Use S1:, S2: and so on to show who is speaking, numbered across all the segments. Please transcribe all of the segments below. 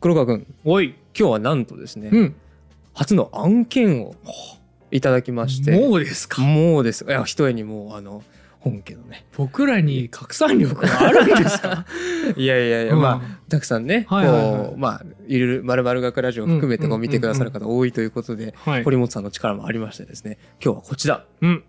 S1: 黒川君
S2: おい
S1: 今日はなんとですね、
S2: うん
S1: 初の案件をいただきまして
S2: もうですか
S1: もうですいやひとえにもうあの本家のね
S2: 僕らに拡散力があるんですか
S1: いやいやいや、
S2: う ん
S1: まあたくさんね、
S2: はいはいはい
S1: こうまあいろいろ「まるまる学ラジオ」含めて
S2: うん
S1: こう見てくださる方多いということで、
S2: はい、
S1: 堀本さんの力もありましてですね今日はこちら
S2: うん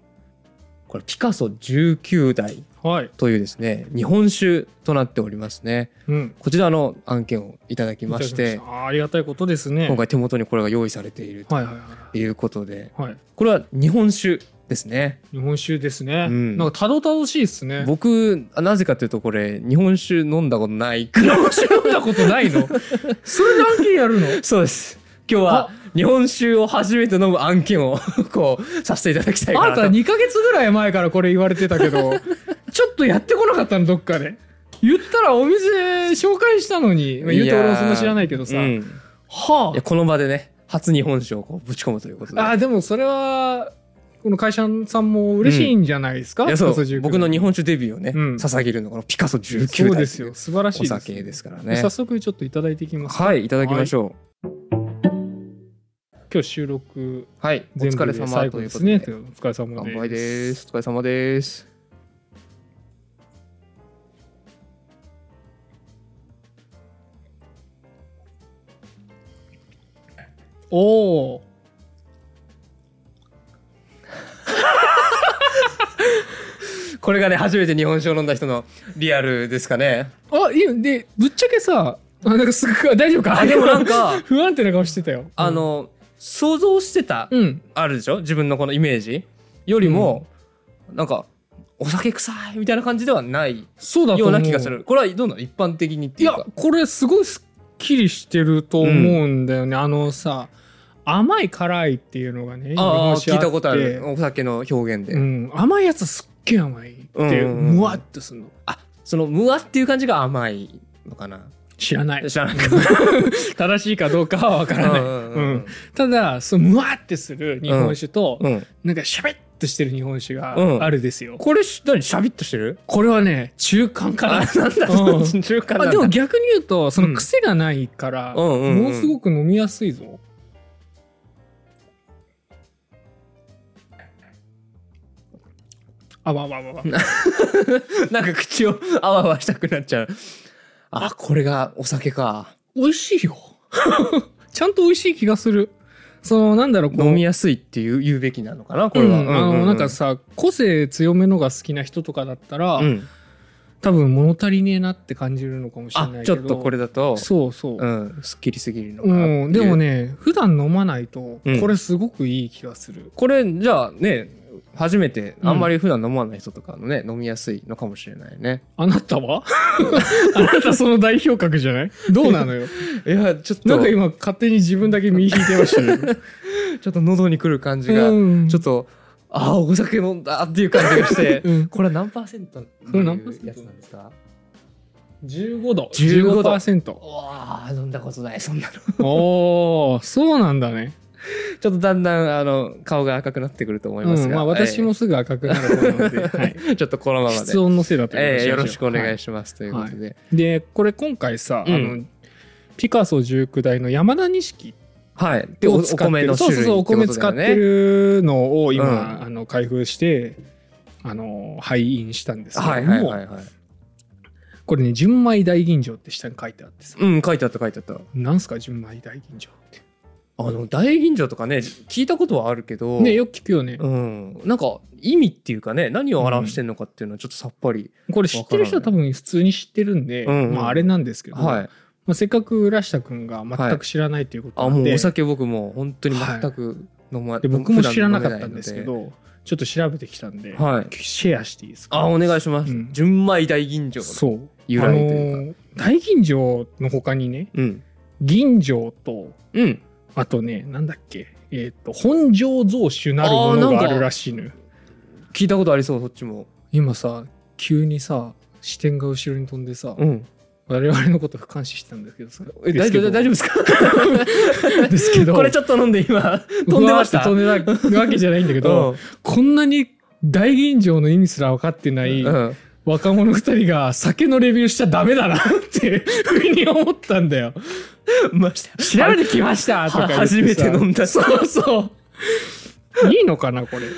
S1: これピカソ19代
S2: はい、
S1: というですね日本酒となっておりますね
S2: うん、
S1: こちらの案件をいただき
S2: い
S1: まして
S2: あーありがたいことですね
S1: 今回手元にこれが用意されていると
S2: はいはいは
S1: いうことで
S2: いはい
S1: これは日本酒ですね
S2: 日本酒ですね、
S1: うん
S2: なんかたどたどしいですね
S1: 僕あなぜかというとこれ日本酒飲んだことないか
S2: 日
S1: ら
S2: 本酒飲んだことない のそれで案件やるの
S1: そうです今日は日本酒を初めて飲む案件を こうさせていただきたいか
S2: あ
S1: な
S2: な
S1: と
S2: た2ヶ月ぐらい前からこれ言われてたけどちょっとやってこなかったのどっかで言ったらお店紹介したのに、まあ、言うと俺もそんな知らないけどさ、
S1: うん
S2: はい
S1: やこの場でね初日本酒をこうぶち込むということで
S2: ああでもそれはこの会社さんも嬉しいんじゃないですか、
S1: いやそ
S2: ピカソ19
S1: う僕の日本酒デビューをね、
S2: うん
S1: 捧げるのがこのピカソ19代とい
S2: そうですよ素晴らしい
S1: お
S2: です
S1: 酒ですからね
S2: 早速ちょっといただいていきますか
S1: はいいただきましょ
S2: 今日収録
S1: うはい、お
S2: 全
S1: 疲
S2: 部
S1: れ
S2: で
S1: 様
S2: 最
S1: という
S2: 後で
S1: こ
S2: す
S1: とで
S2: ねお疲れ様
S1: 乾
S2: で
S1: 杯ですお疲れ様です
S2: おお
S1: これがね初めて日本酒を飲んだ人のリアルですかね
S2: あいいよでぶっちゃけさあなんかすぐあ大丈夫か
S1: あでもなんか
S2: 不安定な顔してたよ
S1: あの想像してた、
S2: うん
S1: あるでしょ自分のこのイメージよりも、なんかお酒臭いみたいな感じではない
S2: そうだと
S1: よう
S2: 思う
S1: な気がするこれはどうなの一般的にって
S2: い
S1: いう
S2: や
S1: か
S2: これすごいすっきりしてると思うんだよね、あのさ甘い辛いっていうのがね
S1: ああ
S2: 日本酒
S1: 聞いたことあ
S2: って
S1: るお酒の表現で、
S2: うん、甘いやつはすっげえ甘いって、
S1: うんうんうん
S2: むわっとすんの
S1: あそのむわっていう感じが甘いのかな
S2: 知らない
S1: 知らない
S2: 正しいかどうかは分からない、
S1: うんう
S2: うんんただそのむわってする日本酒と、
S1: うんうん
S2: なんかシャビッとしてる日本酒が
S1: うん
S2: あるですよ、
S1: これし何シャビッとしてる
S2: これはね中間かな
S1: あなんだ、
S2: うん
S1: 中間なん
S2: あ
S1: だ
S2: でも逆に言うとそうの
S1: ん
S2: 癖がないから、
S1: うんうんうん
S2: ものすごく飲みやすいぞあわわわわ
S1: なんか口をあわあわしたくなっちゃうあこれがお酒か
S2: 美味しいよ ちゃんと美味しい気がするそのなんだろうこう
S1: 飲みやすいっていう言うべきなのかなこれは、
S2: うんあのなんか
S1: さ、
S2: さ個性強めのが好きな人とかだったら、
S1: うん
S2: 多分物足りねえなって感じるのかもしれ
S1: あ
S2: ないけ
S1: ち
S2: ど
S1: ょっとこれだと
S2: そうそう
S1: う、んすっきりすぎるのか
S2: う
S1: なって
S2: ん
S1: いう
S2: でもね普段飲まないと、
S1: うん
S2: これすごくいい気がする
S1: これじゃあね初めてあんまり普段飲まない人とかのね、飲みやすいのかもしれないね
S2: あな たはあなたその代表格じゃないどうな のよ
S1: いやちょっと
S2: なんか今勝手に自分だけ身引いてましたね
S1: ちょっと喉にくる 感じが、
S2: うん
S1: ちょっとああお酒飲んだっていう感じがして、
S2: うん
S1: これは何パーセント
S2: これ何パーセント
S1: やつなんですか
S2: 15度
S1: 15度
S2: 15%
S1: わあ飲んだことないそんなのち
S2: おーそうなんだね
S1: ょっとだんだんあの顔が赤くなってくると思いますが、
S2: うんまあ、私もすぐ赤くなる方なので、はい、
S1: ええ、ちょっとこの ままで
S2: 室温のせいだと
S1: ええよろしくお
S2: ます
S1: 願いします、ということで
S2: でこれ今回さ、
S1: うん
S2: あのピカソ19代の山田錦
S1: はい、でお
S2: を
S1: お
S2: 使って
S1: 米
S2: る
S1: の種類
S2: そうそうそうお米使ってるのを今、
S1: うん
S2: あの開封してあの廃飲したんですけども、
S1: はいはいはいはい
S2: これね純米大吟醸って下に書いてあってさ
S1: うん書いてあった書いてあった
S2: なんすか純米大吟醸って
S1: あの大吟醸とかね聞いたことはあるけど、
S2: ねよく聞くよね、
S1: うん、なんか意味っていうかね何を表してるのかっていうのはちょっとさっぱり、
S2: これ知ってる人は多分普通に知ってるんで、
S1: うんうん
S2: まあ、あれなんですけど、
S1: はい
S2: まあ、せっかく浦下君が全く知らないということ
S1: あ
S2: なんで、
S1: もうお酒僕もう本当に全く飲ま、
S2: で僕も知らなかった
S1: 普段飲めい
S2: ん
S1: の
S2: ですけどちょっと調べてきたんで、
S1: はい
S2: シェアしていいですか
S1: あお願いします、
S2: うん
S1: 純米大吟醸の
S2: そう
S1: 由来というか、
S2: あのー大吟醸の他にね
S1: うん
S2: 吟醸と
S1: うん
S2: あとねなんだっけえっ、と本醸造酒なるものがあるらしいのよ
S1: 聞いたことありそうそっちも
S2: 今さ急にさ視点が後ろに飛んでさ、
S1: うん
S2: 我々のこと俯瞰視してたんですけどさ
S1: え大丈夫大丈夫ですか
S2: 夫ですけど
S1: これちょっと飲んで今飛んでました
S2: うわーって飛んでたわけじゃないんだけど、こんなに大吟醸の意味すら分かってない、
S1: うんうん
S2: 若者2人が酒のレビューしちゃダメだなって不意に思ったんだよ。
S1: ました
S2: 調べてきましたとか言ってさ
S1: 初めて飲んだ
S2: そうそういいのかなこれ
S1: う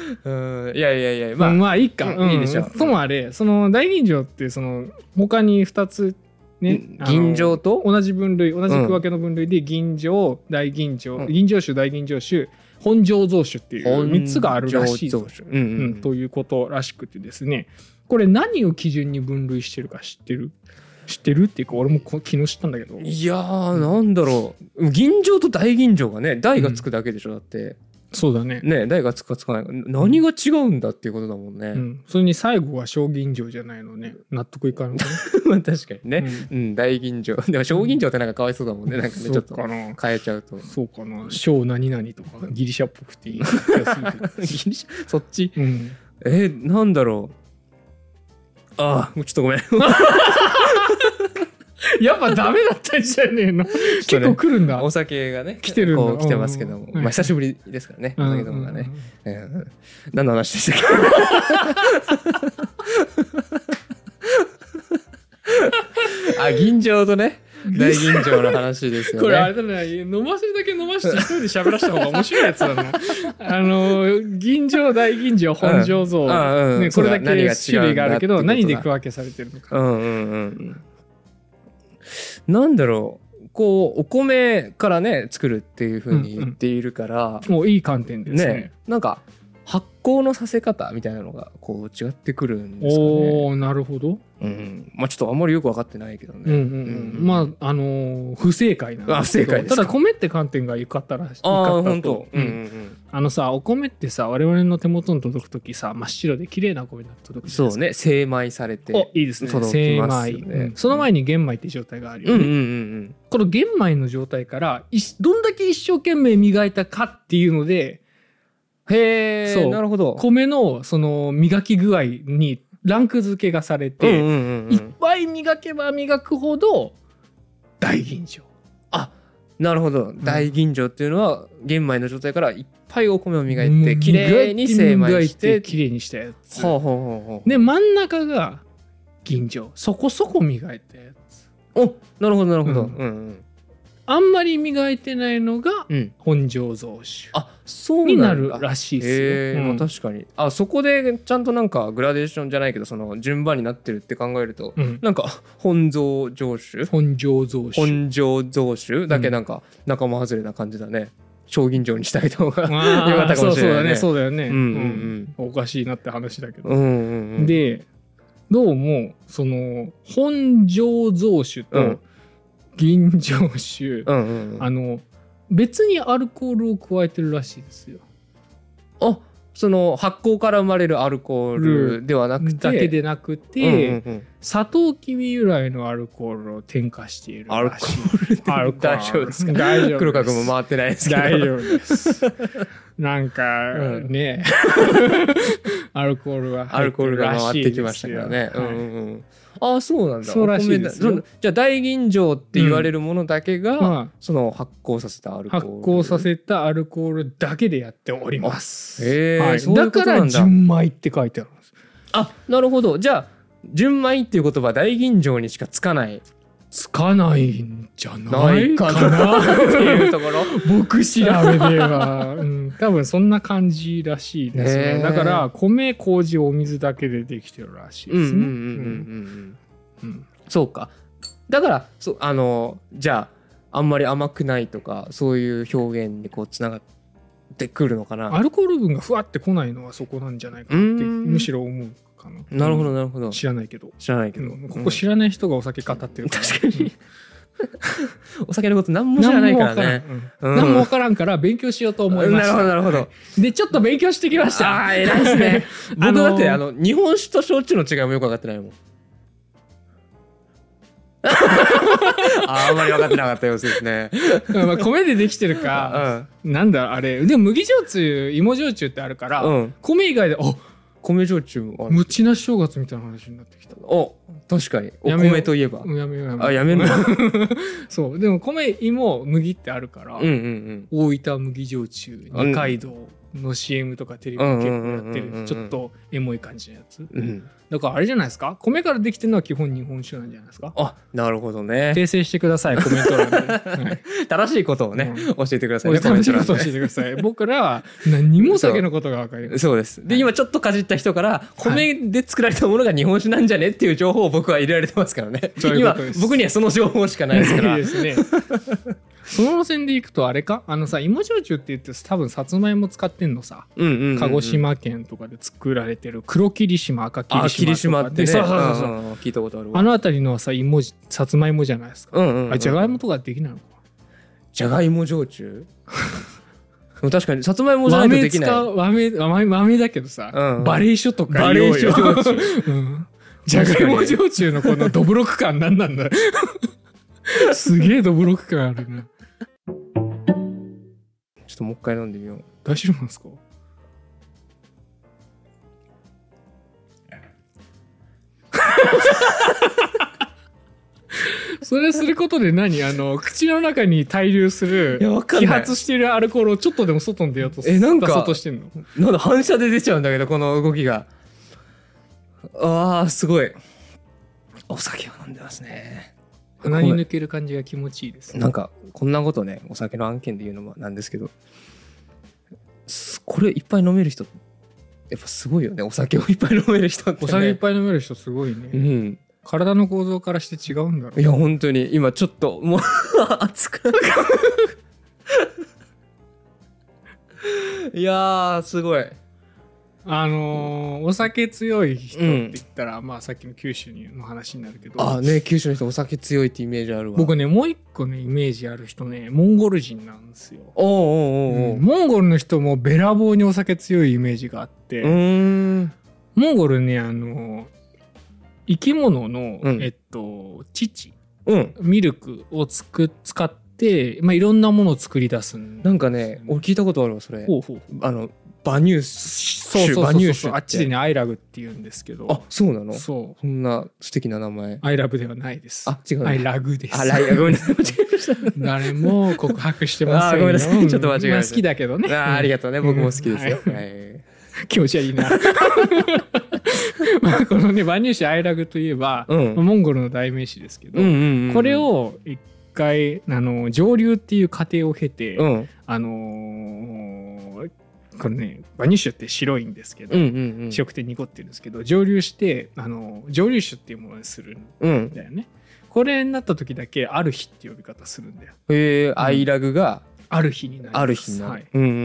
S1: んいやいやいやま
S2: ま
S1: あ、
S2: あ、まあいいか、
S1: うんいいでしょう
S2: ともあれその大吟醸ってその他に2つね
S1: ん
S2: あの
S1: 吟醸と
S2: 同じ分類同じ区分けの分類で吟醸大吟醸、
S1: うん
S2: 吟醸酒大吟醸酒本醸造酒っていう3つがあるらしいぞ
S1: 醸造酒うん
S2: う
S1: うんん
S2: ということらしくてですねこれ何を基準に分類してるか知ってる知ってるっていうか俺もこ昨日知ったんだけど
S1: いやーなんだろう銀醸と大銀醸がね大がつくだけでしょ、だって
S2: そうだね、
S1: ね大がつくかつかないか何が違うんだっていうことだもんね、
S2: うん、それに最後は小吟醸じゃないのね納得いかない
S1: まあ確かに ね、
S2: ね、
S1: うん、大吟醸。でも小吟醸ってなんかかわいそうだもんね。なんかね、ち
S2: そ
S1: ょ
S2: う
S1: っと
S2: かな
S1: 変えちゃうと。
S2: そうかな小何々とかギリシャっぽくていい気がするけど
S1: ギリシャそっち
S2: うん
S1: えー、なんだろう。ああ、ちょっとごめん。
S2: やっぱダメだったんじゃねえの結構来るんだ
S1: お酒がね、
S2: 来てるんだ
S1: こう来てますけども。
S2: うん
S1: まあ久しぶりですからね、
S2: うん
S1: お酒どもがね。うん何の話でしたっ けあ、銀醸とね、大銀醸の話ですよね。
S2: これあれだな飲ませるだけ飲ませて一人で喋らせた方が面白いやつだ なあの銀醸大銀醸本醸造、
S1: うんうんうん
S2: ね、こ
S1: そう
S2: れ
S1: だ
S2: だけ種類があるけど
S1: 何が違う
S2: 何
S1: んだってことだ
S2: で区分けされてるのか
S1: うんうんうんうん。なんだろう、こう、お米からね、作るっていうふうに言っているから、
S2: もういい観点ですね
S1: ね、なんか、発酵のさせ方みたいなのが、こう、違ってくるんですかね。
S2: おおなるほど、
S1: うん。まあ、ちょっとあんまりよく分かってないけどね。
S2: うんうんうん
S1: あ、
S2: まああのー不正解なんですけど
S1: あ不正解ですか
S2: ただ米って観点が良かったらし
S1: あ
S2: 良か
S1: あ、
S2: った
S1: 本
S2: と
S1: 当。う
S2: うんんあのさお米ってさ我々の手元に届く時さ真っ白で綺麗なお米が届くじゃ
S1: そ
S2: ないうで
S1: ね、精米され
S2: す
S1: て。
S2: かおいいですね
S1: 届
S2: 精
S1: きます
S2: 米
S1: よね
S2: うんその前に玄米って状態がある
S1: う
S2: よ
S1: んうん
S2: ね、
S1: うんうん。
S2: この玄米の状態からいしどんだけ一生懸命磨いたかっていうので
S1: へ
S2: そ
S1: え、
S2: う
S1: なるほど。
S2: 米のその磨き具合にランク付けがされて、
S1: うんうんうんう
S2: いっ
S1: ん、
S2: ぱい磨けば磨くほど大吟醸
S1: なるほど。大吟醸っていうのは、玄米の状態からいっぱいお米を磨いて、綺麗に精米し
S2: 磨
S1: て
S2: い、綺麗にしたやつ
S1: ほうほうほうほう
S2: で真ん中が吟醸そこそこ磨いたやつ
S1: おなるほどなるほど、
S2: う
S1: うんんうん
S2: あんまり磨いてないのが
S1: うん、
S2: 本醸造酒
S1: あそう
S2: にな
S1: なんだ
S2: るらしいで
S1: へ
S2: す
S1: え
S2: よ、
S1: ま
S2: う
S1: あ
S2: ん
S1: 確かにあそこでちゃんとなんかグラデーションじゃないけどその順番になってるって考えると、
S2: うん
S1: なんか本蔵上酒
S2: 本醸造酒
S1: 本醸造酒だけなんか仲間外れな感じだね小吟醸にしたいとか
S2: あー
S1: よかったかもしれないね
S2: そうそうだねそうだよね、
S1: うんうん
S2: うんおかしいなって話だけど、
S1: うんうんうん
S2: でどうもその本醸造酒
S1: う
S2: と
S1: ん
S2: 吟醸酒、
S1: うんうん
S2: あの別にアルコールを加えてるらしいですよ
S1: あその発酵から生まれるアルコールではなくて
S2: だけでなく
S1: うん
S2: て、
S1: うんうん
S2: サトウキビ由来のアルコールを添加している
S1: アルコ
S2: らしい
S1: ールって
S2: アルコール
S1: 大丈夫ですか
S2: 大丈夫です
S1: 黒川君も回ってないですけど
S2: 大丈夫です。 なんか、
S1: うん
S2: ねアルコールが
S1: アル
S2: 入って
S1: コー
S2: る
S1: ルが
S2: らし
S1: 回
S2: い
S1: って
S2: ですよ
S1: きましたからね。う
S2: はい
S1: んうんうんああそうなんだ。
S2: そうらしいですよ
S1: お米だそのじゃあ大吟醸って言われるものだけが、
S2: ま
S1: その発酵させたアル
S2: あ、
S1: コール。
S2: 発酵させたアルコールだけでやっております。
S1: へえ
S2: はい
S1: そういう
S2: だ
S1: こ
S2: か
S1: とな
S2: ら
S1: んだ
S2: 純米って書いてあるんです。
S1: あなるほど。じゃあ純米っていう言葉は大吟醸にしかつかないっ
S2: つかないんじゃないかな
S1: ていうところ。
S2: 僕調べでは、うん、多分そんな感じらしいです
S1: へ
S2: ね。
S1: え
S2: だから米麹お水だけでできてるらし い
S1: うんうんう
S2: です
S1: んうんう
S2: ね。
S1: ん。
S2: うんうん
S1: そうか。だからそうあのじゃああんまり甘くないとかそういう表現にこうつながってくるのかな。
S2: アルコール分がふわってこないのはそこなんじゃないかなって
S1: うん
S2: むしろ思うかな。
S1: なるほどなるほど。
S2: 知らないけど、
S1: 知らないけど。
S2: ここ知らない人がお酒語ってるから、
S1: 確かにお酒のこと何
S2: う
S1: も
S2: ん
S1: 知らないからね。うん
S2: 何もわからん,、から勉強しようと思いま
S1: な
S2: し
S1: るほど、
S2: た
S1: なるほど。
S2: でちょっと勉強してきまし
S1: あ
S2: た
S1: ー、偉いですね。
S2: あ
S1: 僕
S2: のー
S1: だって、 あの、日本酒と焼酎の違いもよく分かってない もん。あーあんまり分かってなかった様子ですね。
S2: うんまあ米でできてる
S1: う
S2: か
S1: ん。
S2: なんだあれでも麦焼酎芋焼酎ってあるから、
S1: うん。
S2: 米以外であ
S1: 米焼酎もある。
S2: 無知な正月みたいな話になってきた
S1: お、確かに。お
S2: やめよう
S1: 米といえば
S2: う。んやめようやめよう
S1: あ、やめんの う
S2: そうでも米芋麦ってあるから、
S1: んうんうん。
S2: 大分麦焼酎二階堂の CM とかテレビで結構やっ
S1: うん
S2: て
S1: うんうんうんう
S2: る
S1: ん
S2: ちょっとエモい感じのやつ
S1: うん、
S2: だからあれじゃないですか米からできてるのは基本日本酒なんじゃないですか
S1: あなるほどね
S2: 訂正してくださいコメント欄 で、はい、
S1: 正しいことをね、
S2: う
S1: 教えてください
S2: お
S1: ね
S2: じさんのこと
S1: コメ
S2: を
S1: ン
S2: 教
S1: ト
S2: えてください僕らは何にも酒のことが分かり
S1: 欄
S2: ま
S1: で
S2: せん
S1: そうですで今ちょっとかじった人から米で作られたものが日本酒なんじゃねっていう情報を僕は入れられてますからね
S2: そういう
S1: 今
S2: ことです
S1: 僕にはその情報しかないですから
S2: いいですねその路線でいくとあれかあのさ芋焼酎って言って多分さつまいも使ってんのさ
S1: うんうんうんうん
S2: 鹿児島県とかで作られてる黒霧島赤霧
S1: あ
S2: 島とか
S1: 霧島ってね
S2: でそうそうそうそう
S1: うんうんうん聞いたことあるわ
S2: あの辺りのさ芋じさつまいもじゃないですか、
S1: うんうんうん
S2: あじゃがいもとかできないのか
S1: じゃがいも焼酎 でも確かにさつまいもじゃ
S2: 和
S1: ないとで
S2: 名
S1: きない
S2: 使う和名和名和名だけどさ、
S1: うんうん
S2: バレー書とか
S1: バレー
S2: 言
S1: 酒
S2: おうよ
S1: 焼酎
S2: うんじゃがいも焼酎のこのどぶろく感何なんだすげえどぶろく感あるな
S1: ちょっともう一回飲んでみよう
S2: 大丈夫なんですか それすることで何あの口の中に滞留する
S1: いやわかん
S2: 揮
S1: ない
S2: 発してるアルコールをちょっとでも外に出ようと
S1: えなんか
S2: 出そうとしてんの
S1: なんだ反射で出ちゃうんだけどこの動きがあーすごいお酒を飲んでますね
S2: 鼻に抜ける感じが気持ちいいです、
S1: なんかこんなことねお酒の案件で言うのもなんですけどすこれいっぱい飲める人やっぱすごいよねお酒をいっぱい飲める人って、ね、
S2: お酒いっぱい飲める人すごいね、
S1: うん
S2: 体の構造からして違うんだろう
S1: いや本当に今ちょっともう 熱くいやーすごい
S2: あのーお酒強い人って言ったら、まあさっきの九州の話になるけど
S1: あね九州の人お酒強いってイメージあるわ
S2: 僕ねもう一個ねイメージある人ねモンゴル人なんですよ、
S1: おうおうおうお
S2: う
S1: うん
S2: モンゴルの人もべらぼうにお酒強いイメージがあって、
S1: うーん
S2: モンゴルねあの生き物の、
S1: うん
S2: えっと乳
S1: うん
S2: ミルクをつく使って、まあ、いろんなものを作り出すん
S1: なんかね俺聞いたことあるわそれ
S2: ほうほう
S1: あの馬乳酒
S2: そうそうそう
S1: 馬
S2: そう
S1: 乳酒
S2: あっちで
S1: ね
S2: ねアイラブって言うんですけど
S1: あそうなのそ
S2: そうん
S1: な素敵な名前
S2: アイラブではないです
S1: あ違う
S2: アイ
S1: ね
S2: ラグです
S1: あライごめんなさい間違
S2: 誰も告白してませんよ
S1: あーごめんなさいちょっと間違えました
S2: あ好きだけど
S1: え
S2: ね
S1: たあーありがとうね僕も好きですよ
S2: うん
S1: はい
S2: 気持ち悪いな。 まあこのね、万乳酒アイラグといえば、
S1: うん
S2: モンゴルの代名詞ですけど、
S1: うんうんうん
S2: これを一回、あの、上流っていう過程を経て、
S1: うんうん
S2: あのーこれね、万乳酒って白いんですけど、
S1: うんうん
S2: 白くて濁ってるんですけど、上流して、あのー上流酒っていうものにするん
S1: うん
S2: だよね。これになった時だけ、ある日って呼び方するんだよ。
S1: へえアイラグが
S2: ある日になります。
S1: ある日にな
S2: はい
S1: るうんうんうんう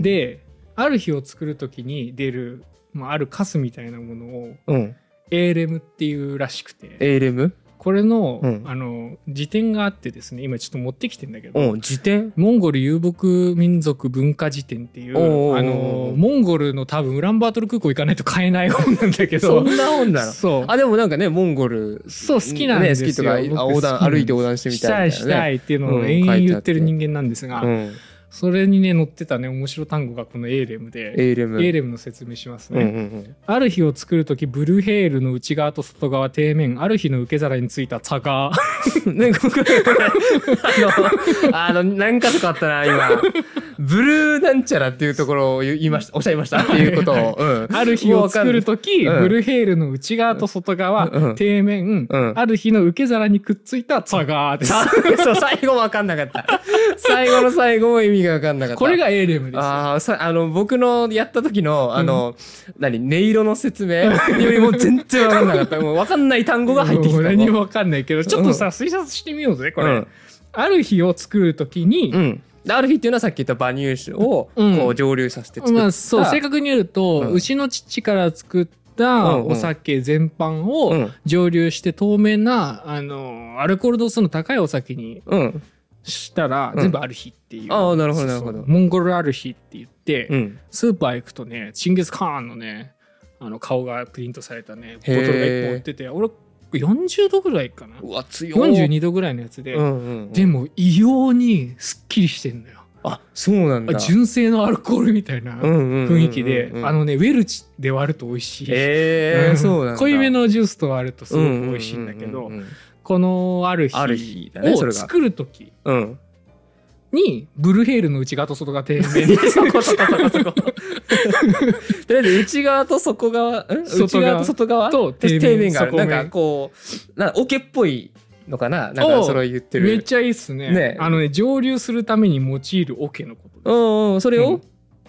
S1: ん
S2: である日を作る時に出る、まあ、あるカスみたいなものを
S1: うん
S2: エーレムっていうらしくて
S1: ALM
S2: これの,、
S1: うん
S2: あの辞典があってですね今ちょっと持ってきてんだけど、
S1: うん辞典
S2: モンゴル遊牧民族文化辞典っていう
S1: おうおうおう
S2: あのモンゴルの多分ウランバートル空港行かないと買えない本なんだけ
S1: そ
S2: ど
S1: んなもんなの
S2: そう
S1: あでもなんかねモンゴル
S2: そう好きなんですよ、
S1: ね、好きとかあ
S2: 僕
S1: 横断
S2: 好きなん
S1: 歩
S2: です
S1: いて横断してみたいみたいな、ね、
S2: したいしたいっていうのを延々言ってる人間なんですが、
S1: うん、
S2: それにね載ってたね面白単語がこのエーレムで、
S1: ALM
S2: エーレムの説明します
S1: うん
S2: ね、
S1: うんうん
S2: ある日を作るとき、ブルーヘールの内側と外側、底面、ある日の受け皿についた 差が、
S1: ね、ここあの、あの、何かとかあったな、今。ブルーなんちゃらっていうところを言いました、おっしゃいましたっていうことを。うん。
S2: ある日を作るとき、
S1: うん
S2: ブルーヘールの内側と外側、
S1: うん
S2: 底面、
S1: うん
S2: ある日の受け皿にくっついた差がです。
S1: さそう、最後わかんなかった。最後の最後も意味がわかんなかった。
S2: これがエーレムです。
S1: ああ、さ、あの、僕のやった時の、あの、何、音色の説明よりも全然わかんなか った。もうわかんない単語が入ってきた。
S2: 俺にもわかんないけど、ちょっとさ、推察してみようぜ、これ。
S1: うん
S2: ある日を作るときに、
S1: うん。である日っていうのはさっき言った馬乳酒を
S2: うん
S1: こう蒸留させて作った、
S2: まあ、そう、正確に言うと、
S1: うん
S2: 牛の乳から作ったお酒全般を、
S1: うん
S2: 蒸留して透明なあのアルコール度数の高いお酒に
S1: うん
S2: したら、
S1: うん
S2: 全部アルヒっていう
S1: ああなるほど
S2: そ
S1: な
S2: うそ
S1: る
S2: う
S1: ほど
S2: モンゴルアルヒって言って、
S1: うん
S2: スーパー行くとねチンゲス・カーンのねあの顔がプリントされたねボト
S1: へー
S2: ルが1本売ってて俺40度ぐらいかな
S1: うわ強い
S2: 42度ぐらいのやつで、
S1: うんうんうん
S2: でも異様にすっきりしてんのよ
S1: あそうなんだ
S2: あ純正のアルコールみたいな
S1: 雰
S2: 雰囲気で、あのねウェルチで割ると美味しい、
S1: え
S2: う
S1: ー、
S2: ん
S1: そうなんだ
S2: 濃いめのジュースと割るとす
S1: う
S2: ご
S1: うう
S2: く
S1: う
S2: 美味しいんだけど、
S1: うん
S2: このある日
S1: ある日だねそ
S2: を
S1: れが
S2: 作る時
S1: うん
S2: に、ブルーヘールの内側と外側底面。
S1: そこそこそこ そこ。とりあえず内側と底側、ん内
S2: 外側
S1: 側と外側
S2: と
S1: で底面がある。
S2: 底
S1: なん
S2: 面
S1: かこう、なんかオケっぽいのかななんかそれを言ってる。
S2: めっちゃいいっすね。
S1: ね
S2: あのね、蒸留するために用いる桶のことで
S1: うんうん、それを、
S2: うん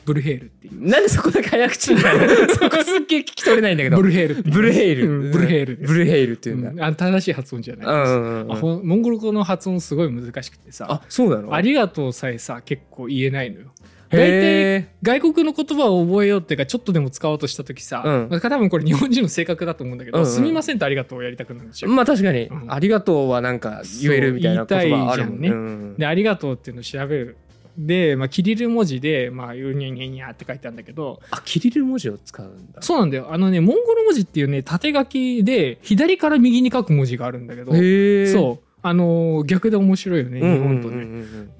S2: ブルヘールっていう。
S1: なんでそこだけ早口になる そこすっげえ聞き取れないんだけど。
S2: ブルヘールっていう
S1: ブルヘイル。
S2: うんブルヘイルです
S1: ブルヘイルっていうんだ。
S2: うんあの正しい発音じゃない。
S1: うんうんうん
S2: あほんモンゴル語の発音すごい難しくてさ
S1: あ、そうな
S2: 「
S1: の
S2: ありがとう」さえさ結構言えないのよ。大体
S1: へ
S2: 外国の言葉を覚えようっていうかちょっとでも使おうとした時さ、
S1: うん
S2: まあ多分これ日本人の性格だと思うんだけど
S1: う
S2: 「
S1: んうん
S2: すみません」と「ありがとう」をやりたくなるんでし
S1: え。
S2: ょ。
S1: まあ確かに
S2: う、ん
S1: ありがとうはなんか言えるみたいな言葉あるもんね。
S2: そう
S1: うん
S2: で「ありがとう」っていうのを調べる。で、まあ、キリル文字で「まあ、うにゃにゃにゃ」って書いてあるんだけど
S1: あ、キリル文字を使うんだ。
S2: そうなんだよあのねモンゴル文字っていうね縦書きで左から右に書く文字があるんだけど、
S1: へえ。
S2: そうあのー逆で面白いよね
S1: うん
S2: 日
S1: うんうんうん。
S2: 本とね。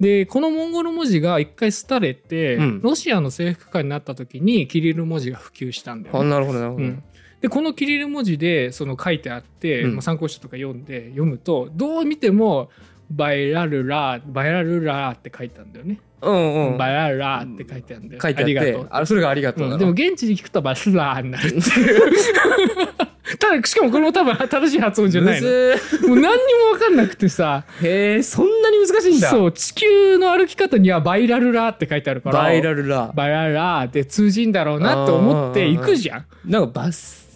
S2: でこのモンゴル文字が一回廃れて、
S1: うん
S2: ロシアの征服下になった時にキリル文字が普及したんだよ
S1: あ、
S2: ね、
S1: なるほど、なるほ
S2: う
S1: ど。
S2: んでこのキリル文字でその書いてあって、
S1: うん
S2: まあ、参考書とか読んで読むとどう見てもバイラルラーバイラルラーって書いてあるんだよね、
S1: うんうん。
S2: バイラルラーって書いてあるんだよ、
S1: 書いてあっ
S2: りが
S1: て
S2: とう、
S1: あそれがありがとう
S2: う
S1: なんの。
S2: でも現地に聞くとバスラーになるっ ていう。ただしかもこれも多分正しい発音じゃないの
S1: むず
S2: もう何にも分かんなくてさ
S1: ーへえ、そんなに難しいんだ。
S2: そう、地球の歩き方にはバイラルラーって書いてあるから、
S1: バイラルラ。
S2: バイラルラーって通じんだろうなと思って行くじゃん。
S1: なんかバス、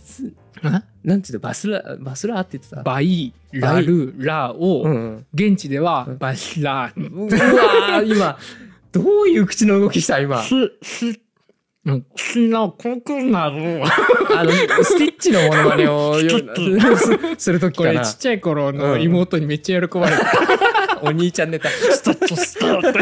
S1: なんつうの、バスラ、バスラーって言ってた。
S2: バイラルラー
S1: うん
S2: を
S1: うん。
S2: 現地では
S1: うん
S2: バイラー。
S1: うわー、今、どういう口の動きした、 今。
S2: す、す、うん、すのこくなる。
S1: あの、スティッチのモノマネをよ
S2: ちょ
S1: するとき
S2: こ
S1: か
S2: れ
S1: な。
S2: ちっちゃい頃の妹にめっちゃ喜ばれた。
S1: お兄ちゃんネタ。
S2: スタッとスタッっ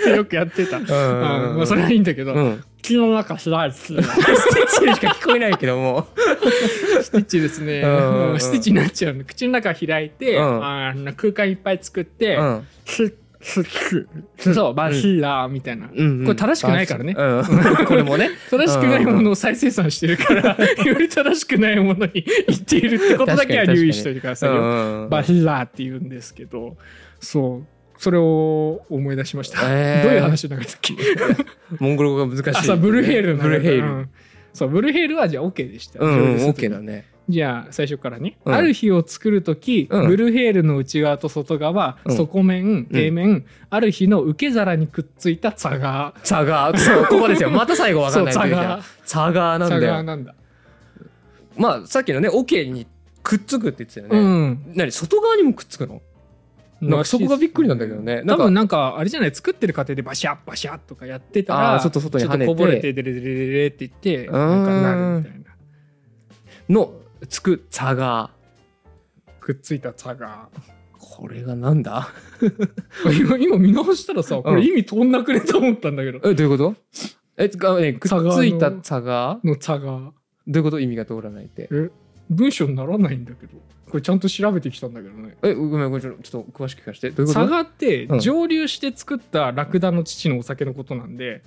S2: て よくやってた。うん
S1: うんうんうん
S2: まあそれはいいんだけど、
S1: うん。
S2: 口の中スライス。
S1: スティッチにしか聞こえないけども。
S2: スティッチですね。
S1: うん
S2: うんスティッチになっちゃうの。口の中開いて、
S1: うん
S2: あの空間いっぱい作って、
S1: うん。
S2: スッスッスッそう、バシラーみたいな。
S1: うんうん
S2: これ正しくないからね。
S1: うん。これもね。
S2: 正しくないものを再生産してるから、 より正しくないものに言っているってことだけは
S1: 確かに確かに
S2: 留意しておいてくださいよ。
S1: うん
S2: バシラーって言うんですけど、そう、それを思い出しました。
S1: えー
S2: どういう話なんだっけ
S1: モンゴル語が難しい。
S2: あ、そう、ブルーヘールの
S1: ブルーヘール。
S2: うんそう、ブルーヘールはじゃあ OK でした。
S1: うんうん、
S2: オ
S1: オ
S2: ッ
S1: ッケーだね。
S2: じゃあ最初からね、
S1: うん
S2: ある日を作る時、
S1: うん
S2: ブルーヘールの内側と外側、
S1: うん
S2: 底面底面、ある日の受け皿にくっついた差が
S1: ザガー。そう、ここですよ。また最後わかんない
S2: そう
S1: とい
S2: ザ
S1: け
S2: ガ
S1: な
S2: ー
S1: い。ザガーなん
S2: 差
S1: だ
S2: が
S1: よ。
S2: なんだ、
S1: まあ、さっきのね、オッケーにくっつくって言ってた
S2: う
S1: よね。
S2: ん
S1: 何外側にもくっつくのなんかそこがびっくりなんだけどねな
S2: 多
S1: んか
S2: 分なんかあれじゃない作ってる過程でバシャッバシャッとかやってた
S1: あ
S2: ら
S1: ー外外に跳ねて
S2: ちょっとこぼれてデレデレデレって言って
S1: うん
S2: なんかなるみたいな
S1: のつくザガ
S2: くっついた差が
S1: ー。これがなんだ
S2: 今今見直したらさこれ意味飛んなくねと思ったんだけ ど、
S1: え、どういうことえ、つかねくっ
S2: ザガーの
S1: ついたザガー
S2: の差が
S1: どういうこと意味が通らないって。
S2: え文章にならないんだけどこれちゃんと調べてきたんだけどね
S1: え、ごめん、ごめん、ちょっとちょっと詳しく聞かせて。どういうこと
S2: 佐賀って
S1: うん
S2: 蒸留して作ったラクダの父のお酒のことなんで、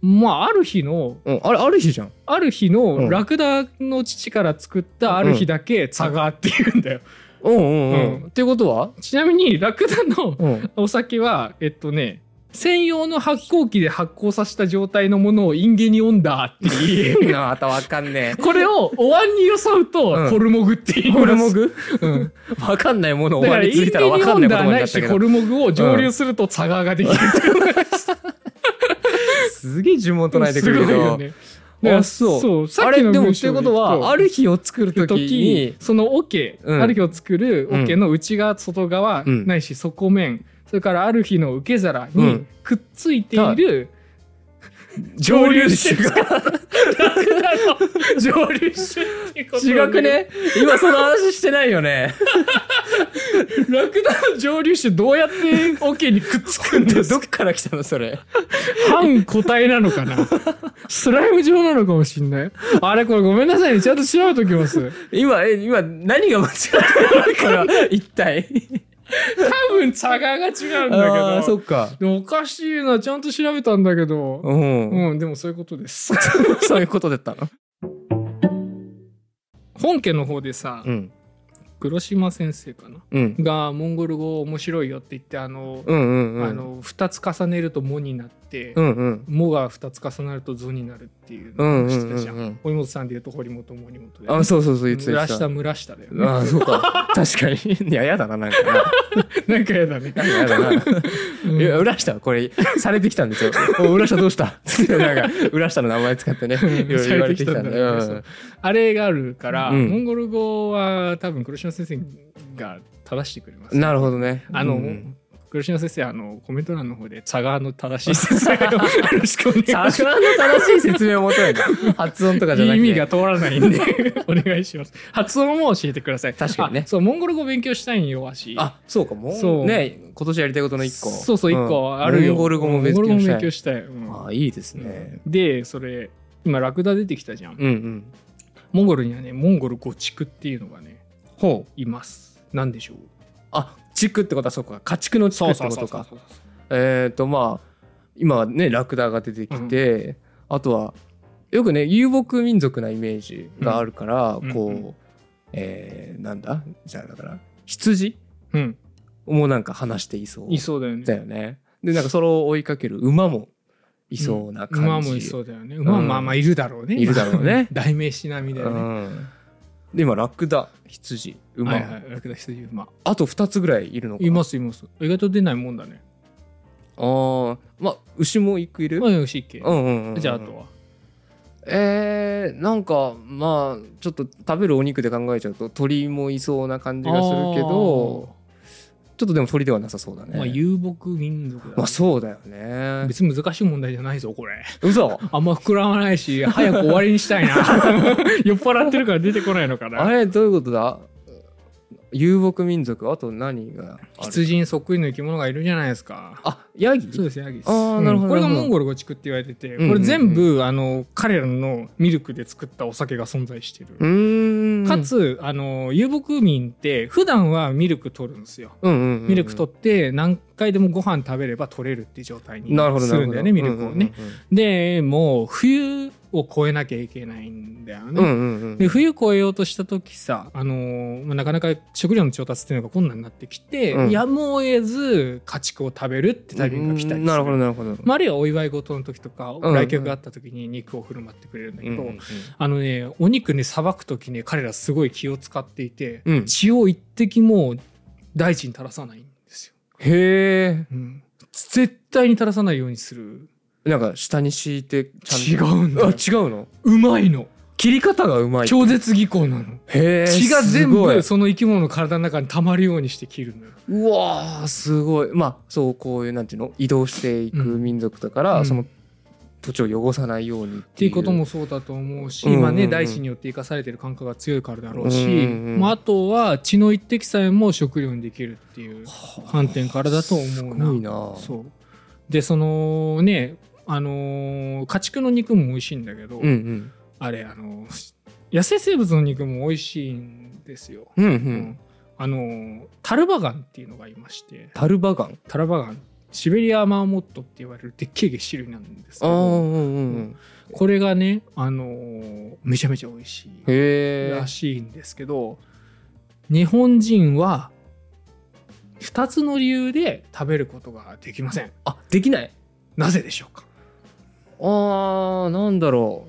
S2: まあある日の
S1: うん、あれ、ある日じゃん。
S2: ある日
S1: う
S2: の
S1: ん
S2: ラクダの父から作ったある日だけ佐賀って言うんだよ、
S1: うんうんうん。
S2: うん
S1: っていうことは
S2: ちなみにラクダの
S1: うん。
S2: お酒はえっとね専用の発酵機で発酵させた状態のものをインゲニオンダーって 言い
S1: またわかんね
S2: これをお椀によそう
S1: う
S2: と
S1: ん
S2: ホルモグって言
S1: え。
S2: います、
S1: ホルモグ
S2: うん
S1: わかんないものを
S2: だ
S1: 終
S2: か
S1: わ
S2: ら、イ
S1: りつい
S2: ンディ
S1: たらわ
S2: リ
S1: か
S2: オ
S1: んな
S2: ン
S1: いこと
S2: ダー
S1: にな
S2: な
S1: っ
S2: い
S1: た
S2: し、
S1: け
S2: ホ
S1: ど。
S2: ルモグを蒸留すると茶川ができるっていう話
S1: すげえ呪文唱えてくるけ
S2: すごいよ
S1: ど。
S2: ね
S1: あ、そう。
S2: そうさ
S1: あ
S2: っき
S1: れ、
S2: の
S1: でも、
S2: 文
S1: ってい
S2: 章
S1: う
S2: で
S1: ことは、ある日を作るとき
S2: 時
S1: に、
S2: その桶、
S1: うん
S2: ある日を作る
S1: うん
S2: 桶の内側外側、
S1: うん
S2: ないし底面それからある日の受け皿
S1: う
S2: に
S1: ん
S2: くっついている、
S1: 蒸留酒が。
S2: 蒸留酒っていうこと
S1: 違
S2: なんだ
S1: くね今その話してないよね。
S2: ラクダの蒸留酒どうやって桶にくっつくんです
S1: ど
S2: か
S1: っから来たのそれ。
S2: 半個体なのか なスライム状なのかもしんないあれこれごめんなさいねちゃんと調べときます
S1: 今、え、今、何が間違ってる から、一体。
S2: 多分差が違うんだけ
S1: あ
S2: ど
S1: あ、そっか。
S2: でもおかしいなちゃんと調べたんだけど
S1: うん。
S2: うん、でもそういうことです。
S1: そういうことだったの。
S2: 本家の方でさ、
S1: ん。
S2: 黒島先生かな
S1: うん。
S2: がモンゴル語面白いよって言ってあの、
S1: うんうんうん。
S2: あの2つ重ねると「も」になって「
S1: うんうん。
S2: も」が2つ重なると「ぞ」になるっていう
S1: うん
S2: のを
S1: うん
S2: して
S1: う
S2: たじゃん,、
S1: ん
S2: 堀本さんで言うと堀本森本で、
S1: うん。あ、そうそうそう、言ってた。言っ
S2: 村
S1: て
S2: 下
S1: た
S2: 村下だよね
S1: ああ、そうか。確かに。いや、やだな、なんかな。
S2: なんかやだね、
S1: や だな。
S2: うん
S1: いや、浦下、これ、されてきたんですよ。 お浦下どうした なんか、浦下の名前使ってね、いろいろ言われてきたんだよ。
S2: さ
S1: う
S2: れて
S1: ん
S2: あれがあるから、
S1: うん
S2: モンゴル語は多分黒島先生が正してくれます、
S1: なるほどね。
S2: あの、
S1: うん
S2: 黒島先生あのコメント欄の方で佐賀の正しい説明をよろしくお願いしま
S1: さ
S2: す
S1: すがの 正しい説明を求めた。発音とかじゃなく
S2: 意
S1: て。
S2: 味が通らないんで お願いします発音も教えてください
S1: 確かにね
S2: あそうモンゴル語勉強したいんよわし
S1: あ、そうか、も
S2: そう
S1: う、ね、今年やりたいことの一個。
S2: そうそう一個あるよ、
S1: モンゴル語も
S2: モン
S1: 別
S2: ゴル語
S1: に
S2: も
S1: し
S2: 勉
S1: た
S2: 強
S1: い。
S2: したい、うん
S1: あ、いいですね。
S2: でそれ今ラクダ出てきたじゃん、
S1: うんうん。
S2: モンゴルにはねモンゴル語地区っていうのがね
S1: ほう。
S2: いますなんでしょう
S1: あ、地区ってことはそうか、家畜の地区ってことか。えっ、とまあ今はねラクダが出てきて、あとはよくね遊牧民族なイメージがあるから、
S2: うん
S1: こう、
S2: うんうん
S1: えーなんだじゃあだから羊
S2: うん
S1: もなんか話していそう
S2: いそうだよね
S1: だよね。でなんかそれを追いかける馬もいそうな感じ。
S2: 馬もいそうだよね馬はまあまあいるだろうね、
S1: いるだろう ね
S2: 代名詞並みだよ
S1: う
S2: ね、
S1: んで今ラクダ羊馬、
S2: はいはいラクダ羊馬
S1: あと2つぐらいいるのか
S2: い
S1: な
S2: ますいます意外と出ないもんだね
S1: あーまあ牛もいくいる、
S2: まあ牛っけ
S1: うんうんうんうん
S2: じゃああとは
S1: えー、なんかまあちょっと食べるお肉で考えちゃうと鳥もいそうな感じがするけどちょっとでも鳥ではなさそうだ
S2: あ
S1: ね
S2: ーまあ遊牧民族だ、
S1: まあそうだよね
S2: 別に難しい問題じゃないぞこれ
S1: 嘘
S2: あんま膨らまないし早く終わりにしたい な 酔っ払ってるから出てこないのか
S1: あ
S2: な
S1: れどういうことだ遊牧民族あと何がある
S2: 羊にそっくりの生き物がいるじゃないですか
S1: あヤ
S2: そ
S1: ギ
S2: うですヤギです
S1: あーなるほど
S2: これが
S1: なるほど
S2: モンゴルゴチクって言われてて、
S1: んうんうん
S2: これ全部あの彼らのミルクで作ったお酒が存在してる、
S1: うーん
S2: かつあの遊牧民って普段はミルク取るんですよ
S1: うんうんうんうん
S2: ミルク取って何回でもご飯食べれば取れるっていう状態に
S1: なるほど
S2: す
S1: なる
S2: る
S1: ほど
S2: んだよねミルクをね、
S1: うん
S2: でもう冬を越えなきゃいけないんだよね、
S1: うんうんうん
S2: で冬越えようとした時さ、あのーまあなかなか食料の調達っていうのが困難になってきて、
S1: うん
S2: やむを得ず家畜を食べるってタイミングが来たりする
S1: なるほどなるほど
S2: まあ、あるいはお祝い事の時とか
S1: うん
S2: 来客があった時に肉を振る舞ってくれるんだけ
S1: うん
S2: ど、
S1: うんうん
S2: あのねお肉ねさばく時ね彼らすごい気を使っていて、
S1: うん
S2: 血を一滴も大地に垂らさないんですよ、
S1: へ
S2: うん絶対に垂らさないようにする
S1: えんか下に敷いてちゃ
S2: 違
S1: んと
S2: うんだ
S1: あ
S2: よ
S1: 違うの
S2: うまいの
S1: 切り方がうまい
S2: 超絶技巧なの
S1: へえ
S2: 血が全
S1: すごい
S2: 部その生き物の体の中に溜まるようにして切るのよ
S1: うわーすごいまあそうこういうなんていうの移動していく
S2: うん
S1: 民族だから、
S2: うん
S1: その土地を汚さないようにっ
S2: ってて
S1: い
S2: いううこともそうだと思うし、
S1: うんうんうん
S2: まあね大地によって生かされてる感覚が強いからだろうし、
S1: うんうんうん
S2: まあ、あとは血の一滴さえも食料にできるっていう観点からだと思
S1: す
S2: うな。
S1: ごいな
S2: そうでそのねあのー家畜の肉も美味しいんだけど、
S1: うん
S2: あれあのー野生生物の肉も美味しいんですよ。
S1: うんうんう
S2: うんんあのータルバガンっていうのがいまして
S1: タルバガン
S2: タルバガンシベリアマーモットって言われるでっけえげっ種類なんですけ
S1: ああうん
S2: ど
S1: うんうん
S2: これがね、あのーめちゃめちゃ美味しい
S1: へ
S2: らしいんですけど日本人は2つの理由で食べることができません。
S1: あできない
S2: なぜでしょうか
S1: あーなんだろ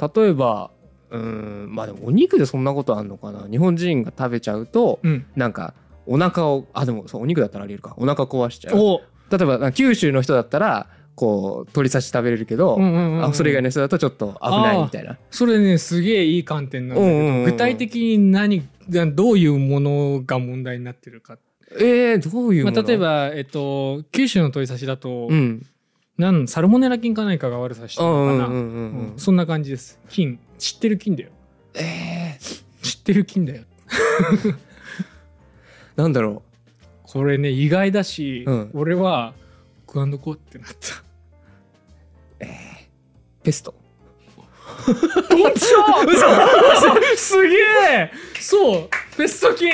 S1: う例えばうんまあでもお肉でそんなことあんのかな日本人が食べちゃうと
S2: うん、
S1: なんかお腹をあでもそうお肉だったらありえるかお腹壊しちゃう
S2: お、
S1: 例えばな九州の人だったらこう鶏刺し食べれるけど、
S2: うんうんうんうん
S1: あそれ以外の人だとちょっと危ないみたいな。
S2: それねすげえいい観点なんだけど、
S1: うんうんうん
S2: 具体的に何がどういうものが問題になってるか、
S1: えー、どういうも
S2: ま
S1: の
S2: あ、例え、ば、えっと、九州の鳥刺しだと、
S1: うん、
S2: なんサルモネラ菌か何かが悪さして
S1: う
S2: る
S1: んう
S2: の
S1: ん
S2: かな、
S1: うんうんうん
S2: うんそんな感じです菌知ってる菌だよ
S1: えー、
S2: 知ってる菌だよ
S1: なんだろ
S2: これね意外だし、
S1: うん
S2: 俺はクアンドコってなった
S1: うペスト。
S2: どっち嘘すげえそうペスト菌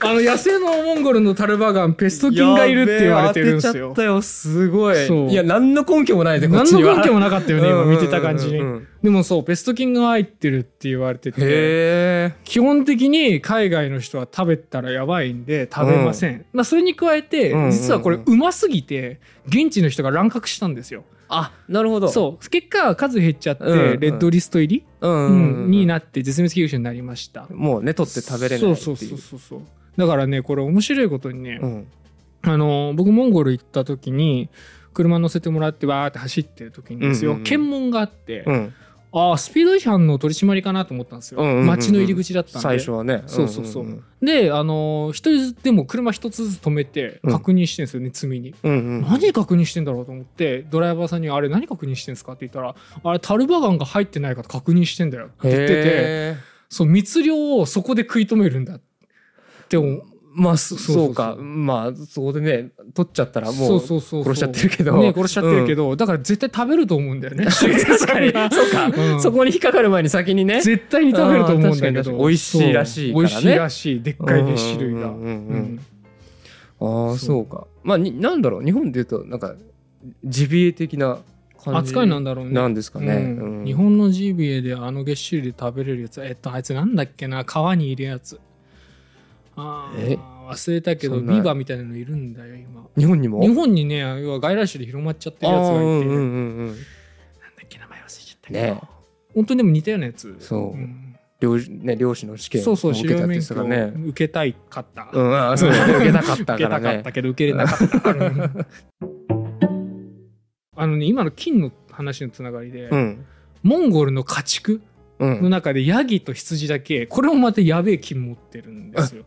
S2: あの野生のモンゴルのタルバガンペスト菌がいるって言われてるんです
S1: やべえ当てちゃっ
S2: よ
S1: た。よ、すご
S2: そ
S1: い。
S2: う
S1: いや、何の根拠もないで、こっ
S2: 何
S1: ち
S2: の
S1: には。
S2: 根拠もなかったよね、今見てた感じ
S1: うんうんう
S2: に。
S1: ん
S2: でもそう、ペスト菌が入ってるって言われて
S1: うん。
S2: て、
S1: へ
S2: 基本的に海外の人は食べたらやばいんで食べません。まあそれに加えて、
S1: うんうんうん
S2: 実はこれうますぎて、現地の人が乱獲したんですよ。
S1: ーあ、なるほど。
S2: そう。結果、数減っちゃって、
S1: うんうん
S2: レッドリスト入り、
S1: う。うん
S2: う
S1: うん
S2: ん
S1: うん。
S2: になって絶滅危惧種になりました。
S1: もうね、取って食べれないっていう。
S2: そうそうそうそうそうだからねこれ面白いことにね、
S1: うん。
S2: あの僕モンゴル行った時に車乗せてもらってわーって走ってる時にですよ、
S1: うんうんうん
S2: 検問があって、
S1: うん。
S2: ああスピード違反の取り締まりかなと思ったんですよ、
S1: うんうんうんうん
S2: 街の入り口だったんで
S1: 最初はね。
S2: そうそうそうん
S1: ん
S2: であのー一人ずつでも車一つずつ止めて
S1: うん
S2: 確認してんですよね、罪に。
S1: うんうん。
S2: 何確認してんだろうと思ってドライバーさんに「あれ何確認してんですか?」って言ったら「あれタルバガンが入ってないか確認してんだよ」って言ってて
S1: へー
S2: そう密漁をそこで食い止めるんだって思う
S1: まあ、そ
S2: そうそう
S1: そうか。まあ、そこでね、取っちゃったら
S2: そ
S1: も
S2: う
S1: う、
S2: そうそうそう
S1: 殺しちゃってるけど。
S2: ね殺しちゃってるけど、だから絶対食べると思うんだよね 確
S1: かにそうか そこに引っかかる前に先にね。
S2: 絶対に食べると思うんだ
S1: あー確か
S2: け
S1: に確か
S2: ど
S1: に美味しいらしい
S2: そう
S1: からね
S2: 美味しいらしいでっかいね種類が
S1: うんうん
S2: う
S1: うん
S2: ん
S1: うん。ああ、そうか。まあ、になんだろう。日本で言うと、なんか、ジビエ的な感じ。
S2: 扱いなんだろうね
S1: なんですかね。
S2: うん
S1: うん
S2: 日本のジビエであのげっしりで食べれるやつえっとあいつなんだっけな川にいるやつあー
S1: え
S2: 忘れたけど
S1: そんな
S2: ビーバーみたいなのいるんだよ今
S1: 日本にも
S2: 日本にね要は外来種で広まっちゃってるやつがいて、
S1: あーうんう
S2: なん
S1: ん
S2: だ
S1: うんうん
S2: っけ名前忘れちゃったけど、
S1: ね
S2: 本当にでも似たようなやつ
S1: そうん漁師ね漁師の試験
S2: そうそう、
S1: を受
S2: 狩
S1: けたっ
S2: 猟
S1: て
S2: 免
S1: です
S2: 許
S1: か
S2: を
S1: ね。
S2: 受けたいかった。
S1: うん、あーそう だね受けたかった
S2: 受
S1: か
S2: け
S1: ら
S2: たかっ
S1: ね
S2: た。けど、受けれなかった。うんあのね、今の金の話のつながりで、
S1: うん。
S2: モンゴルの家畜
S1: う
S2: の
S1: ん。
S2: 中でヤギと羊だけ、これもまたやべえ金持ってるんですよ。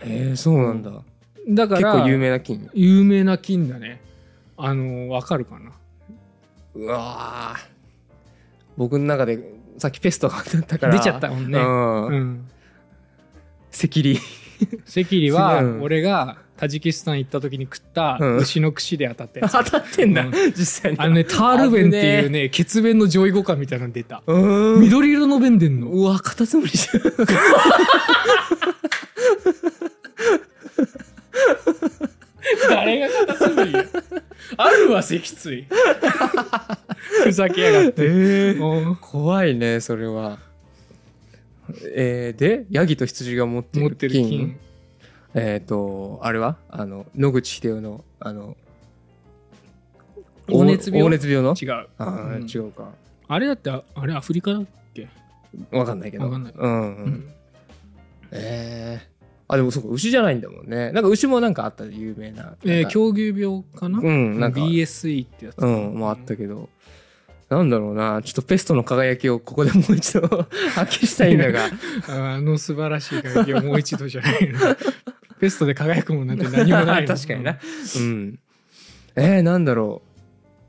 S1: えー、そうなんだ。
S2: だか
S1: 結
S2: ら、
S1: 構有名な金。
S2: 有名な金だね。あの、わかるかな。
S1: うわー僕の中でさっきペストが出たから。
S2: 出ちゃったもんね。
S1: う。
S2: うんん。
S1: 赤痢。
S2: 赤痢は
S1: うん
S2: 俺がタジキスタン行った時に食った
S1: うん
S2: 牛の串で当たったやつ
S1: 当たってんだ、
S2: うん
S1: 実際に。
S2: あのね、タール弁っていうね、血便の上位互換みたいなの出た。
S1: うーん。
S2: 緑色の弁でんの。
S1: うわ、カタツムリじゃん。
S2: 誰がカタツムリやあるわ、脊椎。ふざけやがって。
S1: えー
S2: 持
S1: 怖いね、それは。えー、で、ヤギと羊が持ってる金。
S2: ってる金。
S1: えっ、と、あれはあの、野口英世の、あの、
S2: 黄熱病
S1: 黄熱病の
S2: 違う。
S1: あー、
S2: うん
S1: 違うか。
S2: あれだって、ああれアフリカだ
S1: わかんないけど。
S2: わかんない
S1: うん、うん
S2: うん
S1: ええあ、でもそうか、牛じゃないんだもんね。なんか牛もなんかあった、有名な。なん
S2: えー
S1: か
S2: 狂牛病かな
S1: うん、なんか、
S2: ?BSE ってやつ。
S1: うん、もうあったけど。なんだろうな、ちょっとペストの輝きをここでもう一度 発揮したいんだが。
S2: あの素晴らしい輝きをもう一度じゃないの。 ベストで輝くもんなんて 何もない の
S1: 確かにな。うん。えー、なんだろ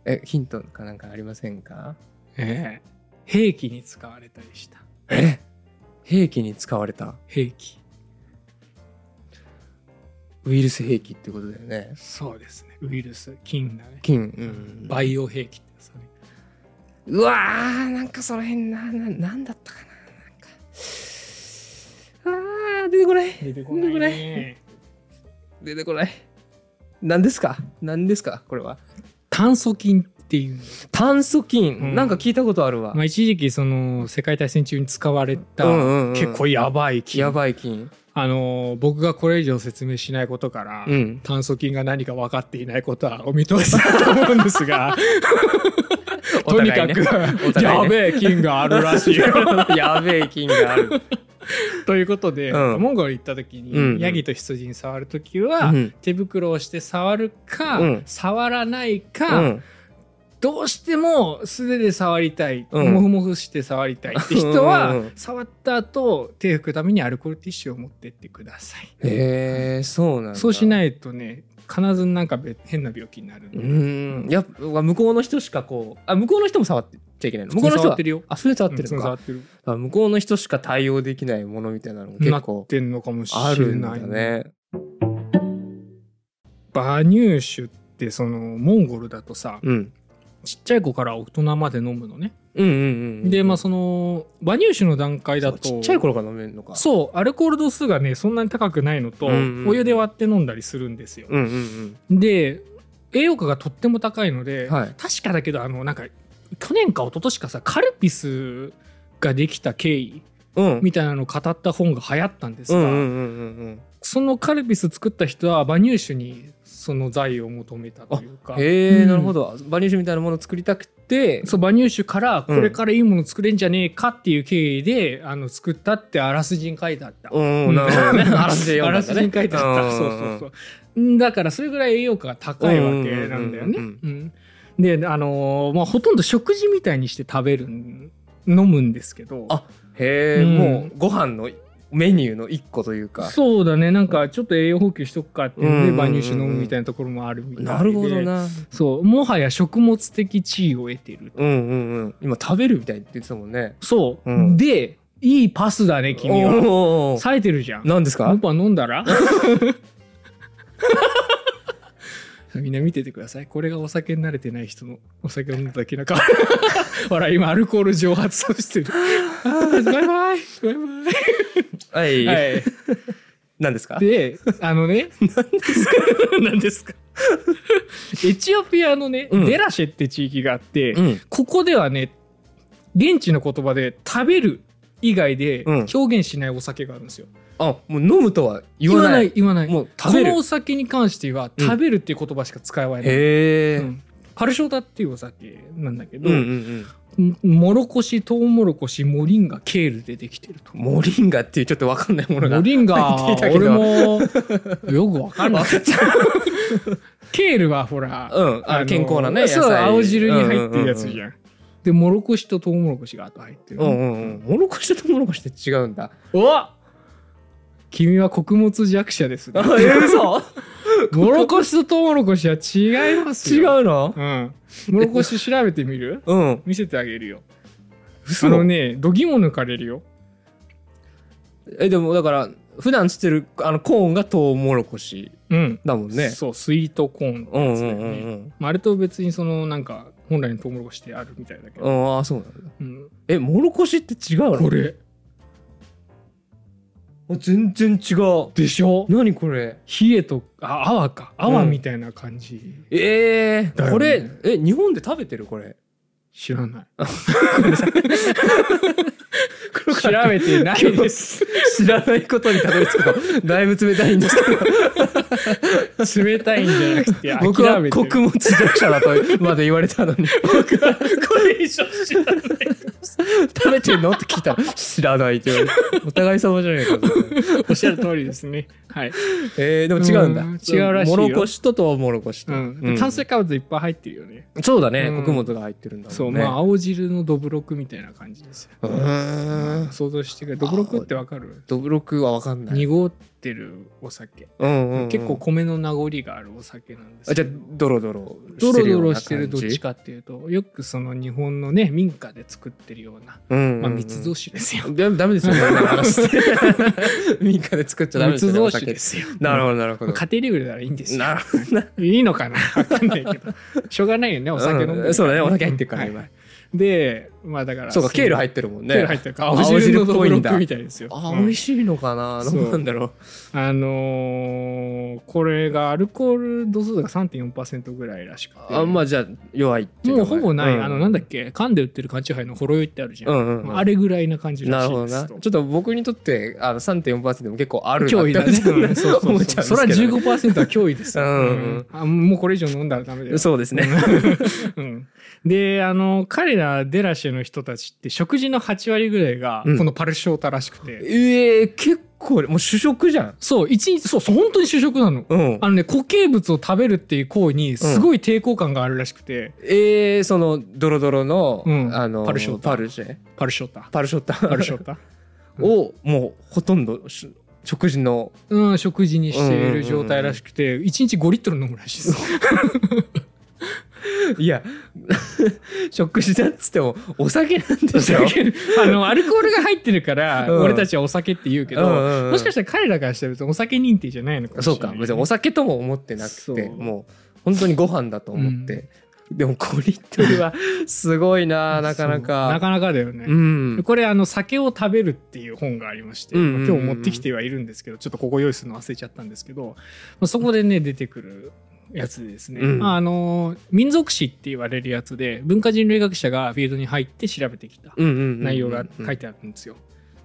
S1: う。え、ヒントかなんかありませんか
S2: ええ兵器に使われたりした。
S1: え兵器に使われた
S2: 兵器。
S1: ウイルス兵器ってことだよね。
S2: そうですね。ウイルス、菌だね。
S1: 菌。うん。
S2: バイオ兵器ってやつだね。
S1: うわー、なんかその辺な、な、なんだったかな。なんか。あー、出てこない。
S2: 出て
S1: こないね出てこない。何ですか何ですかこれは。
S2: 炭疽菌っていう、
S1: 炭疽菌、
S2: うん
S1: なんか聞いたことあるわ。
S2: まあ、一時期その世界大戦中に使われた
S1: うんうんうん
S2: 結構やばい菌、
S1: やばい菌。
S2: あのー僕がこれ以上説明しないことから、
S1: うん。
S2: 炭疽菌が何か分かっていないことはお見通しだと思うんです がとにかく、
S1: お互いね
S2: やべえ菌があるらし いよ
S1: やべえ菌がある。
S2: ということで、
S1: うん
S2: モンゴル行った時に、
S1: うんうん
S2: ヤギと羊に触る時は、
S1: うん
S2: 手袋をして触るか、
S1: うん
S2: 触らないうか、
S1: ん。
S2: どうしても素手で触りたい、
S1: うん
S2: モフモフして触りたいって人は、
S1: うんうんうん
S2: 触った後手拭くためにアルコールティッシュを持ってってください、
S1: へえ、そうなんだ。。
S2: そうしないいとね必ずなんかべ変な病気になるん
S1: う
S2: で、
S1: ーん。やっぱ向こうの人しかこう、あ、向こうの人も触っちゃいけないの。向こうの人
S2: 触
S1: は
S2: って。るよ
S1: あ、それ触っ
S2: うん
S1: てる
S2: 普通
S1: の
S2: に
S1: か
S2: 触。ってる
S1: あ向こうの人しか対応できないものみたいなのも
S2: な
S1: 結
S2: っ
S1: 構
S2: てんのかもし
S1: ある
S2: れ
S1: ん
S2: な
S1: だ
S2: い
S1: ね。
S2: 馬乳酒ってそのモンゴルだとさ
S1: うん。
S2: ちっちゃい子から大人まで飲むのね
S1: ううんうんうんうん
S2: でまあその馬乳酒の段階だと
S1: そうちっちゃい頃から飲めるのか
S2: そうアルコール度数がねそんなに高くないのと、
S1: うんうん
S2: お湯で割って飲んだりするんですよ、
S1: うんうん
S2: で栄養価がとっても高いの
S1: う
S2: で、
S1: んはい
S2: 確かだけどあのなんか去年か一昨年かさカルピスができた経緯
S1: うん
S2: みたいなのを語った本が流行ったんです
S1: うんう
S2: が、
S1: んうんうんうん
S2: そのカルピス作った人は馬乳酒にその財を求めたというか
S1: へ
S2: う
S1: え
S2: ん
S1: なるほど馬乳酒みたいなものを作りたくて
S2: そう馬乳酒からこ
S1: うん
S2: れからいいもの作れんじゃねえかっていう経緯で、あの作ったってあらすじに書いてあった。
S1: うんなるほどね あらすじで読んだんだね
S2: あらすじに書いてあった。
S1: うん
S2: そうそうそう。んだからそれぐらい栄養価が高いわけなんだよね。
S1: う
S2: うんんで、あのーまあほとんど食事みたいにして食べるん飲むんですけど。
S1: あへえ
S2: うん
S1: もうご飯のメニューの一個というか
S2: そうだねなんかちょっと栄養補給しとくかっていうんで
S1: うん
S2: 馬乳酒飲むみたいなところもあるみたいで
S1: なるほどな
S2: そうもはや食物的地位を得てる
S1: うんうんうん今食べるみたいって言ってたもんね
S2: そ
S1: う
S2: う、
S1: ん
S2: でいいパスだね君は
S1: おー
S2: 冴えてるじゃん。
S1: 何ですか
S2: モパ飲んだら みんな見ててください。これがお酒に慣れてない人のお酒を飲んだだけな顔。 ほら、今アルコール蒸発をしてる。あーバイバイバイ
S1: はい
S2: バイ。はい。
S1: 何ですか
S2: で、あのね。何ですかエチオピアのね、
S1: うん
S2: デラシェって地域があって、
S1: うん
S2: ここではね、現地の言葉で食べる以外で
S1: うん
S2: 表現しないお酒があるんですよ。
S1: あもう飲むとは言
S2: 言
S1: わ
S2: わ
S1: な
S2: ないい、言わない。
S1: もう食べる
S2: このお酒に関しては
S1: うん
S2: 食べるっていう言葉しか使わない、
S1: へえ
S2: う、んパルショータっていうお酒なんだけ
S1: う
S2: ど、
S1: んうんうん、
S2: もろこしトウモロコシモリンガケールでできてると
S1: モリンガっていうちょっと分かんないものが
S2: モリンガ
S1: 入ってたけ
S2: 俺
S1: ど
S2: もよくわか んない
S1: 分かっちゃ
S2: ケールはほら、
S1: ううんあ
S2: あ
S1: の
S2: の
S1: 健康なね野菜
S2: そう青汁に入ってるやつじゃん,、
S1: ん
S2: でもろこしとトウモロコシがあと入ってる、
S1: うんうんうんうんうんモロコシとトウモロコシって違うん だ
S2: お君は穀物弱 者ですね
S1: 嘘
S2: もろこしとトウモロコシは違います
S1: 違
S2: よ
S1: うの
S2: うん。もろこし調べてみる
S1: うん
S2: 見せてあげるよ。
S1: 嘘
S2: あのね、度肝抜かれるよ。
S1: えでもだから普段知ってるあのコーンがトウモロコシ
S2: うん。
S1: だもんね
S2: そう、スイートコーンって
S1: う
S2: や
S1: ん
S2: つ
S1: う
S2: だよ
S1: んうん
S2: ね。
S1: うん
S2: まあ、あれと別にそのなんか本来のトウモロコシってあるみたいだけ
S1: う
S2: ど、
S1: んああそうなんだ
S2: うん
S1: えモロコシって違うの
S2: これ
S1: あ全然違う
S2: でしょ
S1: 何これ
S2: 冷えとあ泡か泡みたいな感じ、
S1: ええ
S2: だよね
S1: これえ日本で食べてるこれ
S2: 知らない調べてないです
S1: 知らないことにたどり着 くとだいぶ冷たいんですけど
S2: 冷たいんじゃなくて
S1: 僕
S2: 諦
S1: は
S2: めてる
S1: 穀物弱者だとまで言われたのに
S2: 僕はこれ以上知らない
S1: 食べてんのって聞いたら知らないって言わ れてお互い様じゃないかそれ
S2: おっしゃる通りですね。はい。
S1: えー、でも違うんだ
S2: うん違うらしいよ
S1: モロコシとトウモロコシと、
S2: うん。
S1: うん
S2: で炭水化物いっぱい入ってるよね。
S1: そうだね、
S2: うん
S1: 穀物が入ってるんだ
S2: そ
S1: も
S2: う、
S1: んね
S2: まあ青汁のどぶろくみたいな感じですよ。
S1: うーん
S2: 想像してくれ。どぶろくってわかる
S1: どぶろくは分かんない、
S2: 濁ってるお酒。
S1: うんうんうん
S2: 結構米の名残があるお酒なんです
S1: あ
S2: よ
S1: じゃあドロドロ
S2: ドロドロして
S1: よう
S2: る
S1: な
S2: ど
S1: 感
S2: っ
S1: じ
S2: ちかっていうとよくその日本のね民家で作ってるような、
S1: うんうんうん
S2: まあ、密造酒ですよ
S1: だダメですよ、ね、話 して民家で作っちゃダメです
S2: 密
S1: よね、お
S2: 造酒
S1: 酒
S2: ですよ
S1: なるほどなるほど
S2: 家庭レベルならいいんですよ
S1: なるほどない
S2: いのかなわかんないけどしょうがないよねお酒飲んでるから、
S1: うんそうだねお酒入ってるから
S2: はい
S1: 今
S2: でまあだから
S1: そうかケール入
S2: っ
S1: ってるもん
S2: ケール
S1: ね
S2: 入ってるから青汁のどぶろくみたいですよ
S1: あ
S2: う
S1: ー
S2: ん
S1: 美味しいのかなど
S2: そう
S1: うなんだろ
S2: あのーこれがアルコール度数が3.4%ぐらいらしくて
S1: うあんまあじゃあ弱いっていう
S2: も
S1: の
S2: う
S1: が
S2: ほぼない、
S1: うん
S2: あのなんだっけ缶で売ってる缶チューハイのほろ酔いってあるじゃん、
S1: うんうんうん
S2: あれぐらいな感じら
S1: な
S2: し
S1: る
S2: い
S1: ほど
S2: で
S1: な
S2: す
S1: ち
S2: と
S1: ょっと僕にとってあの3.4%でも結構あるな
S2: 脅威だ ね、
S1: って
S2: うん そうそう
S1: 思っ
S2: そう
S1: ちゃうんですけどね
S2: それは15%は脅威ですよ、
S1: うんうん
S2: あもうこれ以上飲んだらダメだよ、
S1: そうですね。
S2: うん、であの彼らデラシェの人たちって食事の8割ぐらいが
S1: うん
S2: このパルショータらしくて、
S1: ええ結構、もう主食じゃん。
S2: そう一日そうそう本当に主食なの
S1: うん。
S2: あのね固形物を食べるっていう行為にすごい抵抗感があるらしくて、
S1: ええその、ドロドロの、
S2: うん
S1: あの、
S2: パルショッタ
S1: パルシェ
S2: パルショー タ
S1: パルショッタ。
S2: パルショータ
S1: を、もう、ほとんどし、食事の、
S2: うん食事にしている状態らしくて1日5リットル飲むらしいです
S1: いや、 食事だっつっても、お酒なんで
S2: お
S1: すよ。
S2: 酒 あのアルコールが入ってるから、
S1: うん
S2: 俺たちはお酒って言うけど、
S1: うんうんうん
S2: もしかしたら彼らからしたら別にお酒認定じゃないのかもし
S1: そ
S2: れ
S1: う
S2: ない
S1: か、別にお酒とも思ってな
S2: そ
S1: くて、
S2: う
S1: もう、本当にご飯だと思っ
S2: う
S1: て、でも5リットル はすごいななかな
S2: そうな
S1: か。
S2: かなかだよね、
S1: うん。
S2: これあの酒を食べるっていう本がありまして、
S1: うんうんうん
S2: まあ今日持ってきてはいるんですけどちょっとここ用意するの忘れちゃったんですけど、まあそこでね出てくるやつでですね、
S1: うん
S2: まあ、あの民族史って言われるやつで文化人類学者がフィールドに入って調べてきた
S1: うんうんうんうん
S2: 内容が書いてあるんですよ。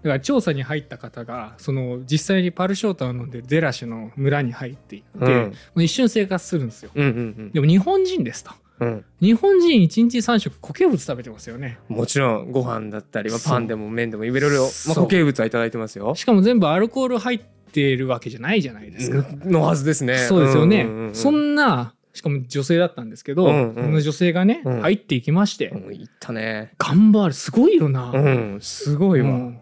S2: だから調査に入った方がその実際にパルショータを飲んでゼラシュの村に入っていって、
S1: うん
S2: もう一瞬生活するんですよ。
S1: うんうん
S2: でも日本人ですと。
S1: うんうん。
S2: 日本人1日3食固形物食べてますよね。
S1: もちろんご飯だったりは
S2: そう
S1: パンでも麺でもいろいろ、まあ、
S2: そう
S1: 固形物はいただいてますよ。
S2: しかも全部アルコール入ってるわけじゃないじゃないですか。
S1: のはずですね。
S2: そうですよね、
S1: うんうんうん
S2: そんな、しかも女性だったんですけど、
S1: うんうん
S2: その女性がね、
S1: うん
S2: 入っていきまして、
S1: うんいったね。
S2: 頑張る、すごいよな。
S1: うん、すごいわ。
S2: うん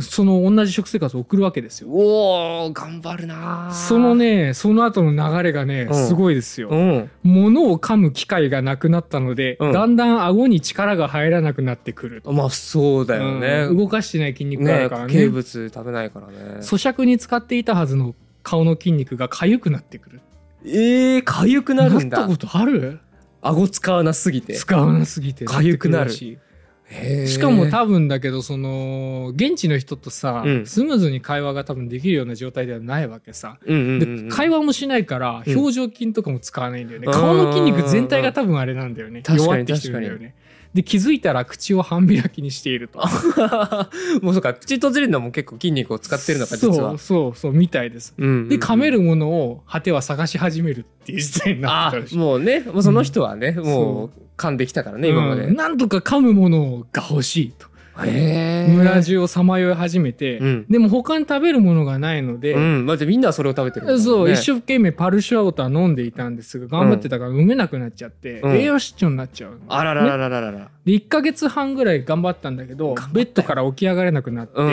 S2: その同じ食生活を送るわけですよ。
S1: おお頑張るなー
S2: その。ね、その後の流れがね、
S1: うん
S2: すごいですよ。
S1: うん。
S2: 物を噛む機会がなくなったので、
S1: うん
S2: だんだん顎に力が入らなくなってくると。
S1: まあそうだよね。
S2: うん動かしてない筋肉があ
S1: ね
S2: るから
S1: 固
S2: ね。
S1: 形物食べないからね。
S2: 咀嚼に使っていたはずの顔の筋肉が痒くなってくる。
S1: ええー、かゆくなるんだ
S2: っ。たことある
S1: 顎使わなすぎて。
S2: 使わなすぎて
S1: 痒くなる
S2: ってくらし
S1: へ
S2: い
S1: ー
S2: しかも多分だけどその現地の人とさ、
S1: うん
S2: スムーズに会話が多分できるような状態ではないわけさ。
S1: うんうん
S2: で
S1: うんうん
S2: 会話もしないから
S1: うん
S2: 表情筋とかも使わないんだよね、
S1: うん
S2: 顔の筋肉全体が多分あれなんだよね
S1: 確かに
S2: 弱ってきてるんだよねで気づいたら口を半開きにしていると
S1: もうそうか、口閉じるのも結構筋肉を 使ってるのか、実
S2: そ
S1: は
S2: う。そうそうみたいです
S1: うんうんうん
S2: で噛めるものを果ては探し始めるっていう時代になっ
S1: あ
S2: てたらしい
S1: もうね、もうその人はね、もう噛んできたからね、今まで。
S2: うんなんとか噛むものが欲しいと
S1: へー
S2: 村中をさまよい始めて、
S1: うん
S2: でも他に食べるものがないので、
S1: うん、だってみんなそれを食べてるもんね。
S2: そう一生懸命パルシュアウター飲んでいたんですが頑張ってたから飲めなくなっちゃって、
S1: うん
S2: 栄養失調になっちゃう
S1: あららららららら。
S2: で1ヶ月半ぐらい頑張ったんだけどベッドから起き上がれなくなって、
S1: うんうんう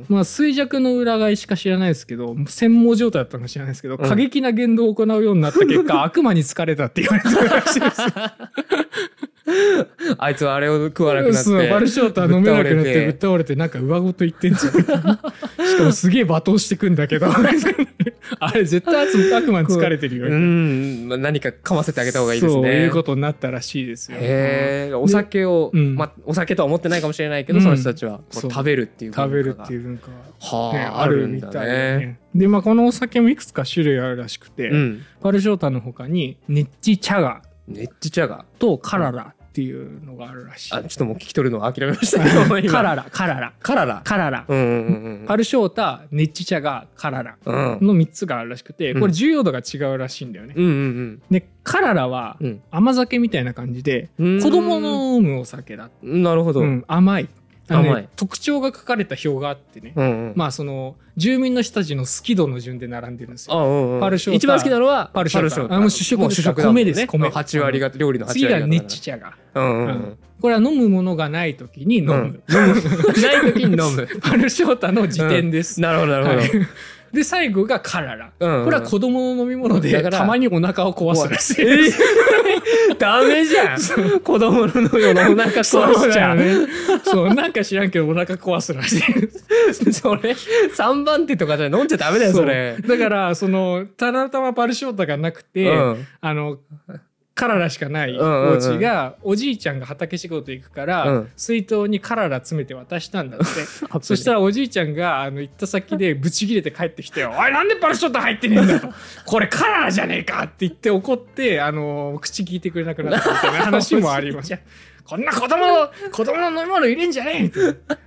S1: ん。
S2: まあ、衰弱の裏返しか知らないですけど専門状態だったのか知らないですけど、過激な言動を行うようになった結 果悪魔に疲れたって言われてるらしいです
S1: あいつはあれを食わなくなって。
S2: そうバルショーター飲めなくなってぶっ倒れてなんか上ごと言ってんじゃんしかもすげえ罵倒してくんだ けどあれ絶対あいつ悪魔に疲れてるよ、
S1: うん、まあ何か噛ませてあげた方がいいですね。
S2: そういうことになったらしいですよ
S1: へえ、お酒を、
S2: うん
S1: まあ、お酒とは思ってないかもしれないけど、
S2: うん
S1: その人たちはこう
S2: そう
S1: 食べるっていう文化
S2: 食べるって
S1: が
S2: いう文化は、
S1: はあ、
S2: ね
S1: あるんだ
S2: あ
S1: ね。
S2: でまあこのお酒もいくつか種類あるらしくて、
S1: うん。
S2: バルショータの他にネッチチャガ
S1: ネッチチャが。
S2: とカララっていうのがあるらしい、
S1: あ、ちょっともう聞き取るのは諦めましたけど、今
S2: カララカララ
S1: カララ。
S2: カララ、
S1: うんうんうん
S2: パルショータネッチチャガカララ
S1: うん。うん。
S2: の3つがあるらしくてこれ重要度が違うらしいんだよね、
S1: うんうん
S2: でカララは
S1: うん
S2: 甘酒みたいな感じで、
S1: うん。
S2: 子供の飲むお酒だ、
S1: うん。なるほど。
S2: う
S1: うん
S2: ん甘いあのね
S1: 甘い
S2: 特徴が書かれた表があってね、
S1: うん。
S2: まあその住民の人たちの好き度の順で並んでるんですよ
S1: あ、うんうん。
S2: パルショータ
S1: 一番好きなのは、
S2: パルショータあもう主食
S1: もう主食だもん
S2: 米です米
S1: 8割が、料理の8割
S2: 次
S1: が。
S2: がネッチ。チャガ
S1: うんうんう
S2: うん
S1: ん。
S2: これは飲むものがない時に飲む、
S1: うん ない時に飲む。
S2: パルショータの辞典です、
S1: なるほど、なるほど。
S2: はいで最後がカララ、
S1: うんうん
S2: これは子供の飲み物で
S1: だから
S2: たまにお腹を壊すらしい
S1: えー ダメじゃん子供のようなお腹壊
S2: そう
S1: しち
S2: だ
S1: ゃ
S2: よ
S1: う。
S2: ね。そう、なんか知らんけどお腹壊すらしい。
S1: それ、3番手とかじゃ飲んじゃダメだよ、それ。
S2: そうだから、その、たまたまパルショータがなくて、
S1: うん
S2: あの、カララしかない
S1: うんうんうん
S2: お家が、おじいちゃんが畑仕事行くから、
S1: うん
S2: 水筒にカララ詰めて渡したんだって。そした
S1: ら、
S2: らおじいちゃんが、あの、行った先でブチ切れて帰ってきて、おい、なんでパルショータ入ってねえんだと。これカララじゃねえかって言って怒って、あの、口聞いてくれなくなった みたいな話もあります。こんな子供の、子供の飲み物入れんじゃねえって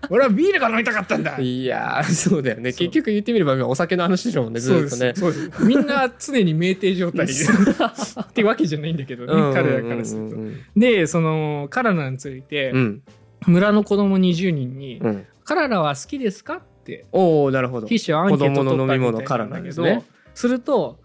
S2: 俺はビールが飲みたかったんだ
S1: いやー、そうだよね。
S2: そう
S1: 結局言ってみれば、今お酒の話でもんね、ず
S2: そう
S1: ー
S2: で
S1: っと
S2: す
S1: ね。
S2: そうですみんな常に酩酊状態 ってわけじゃないんだけどね、
S1: うん
S2: 彼らからする
S1: う
S2: と。
S1: ん
S2: で、その、カララについて、
S1: うん
S2: 村の子供20人に、
S1: うん。
S2: カララは好きですかって、
S1: おおなるほど。
S2: 筆者アンケート
S1: 子供
S2: 取
S1: の
S2: った
S1: 飲み
S2: み
S1: 物
S2: たい
S1: カラ
S2: なん
S1: ラ
S2: だけ
S1: です
S2: ど、
S1: ね
S2: すると、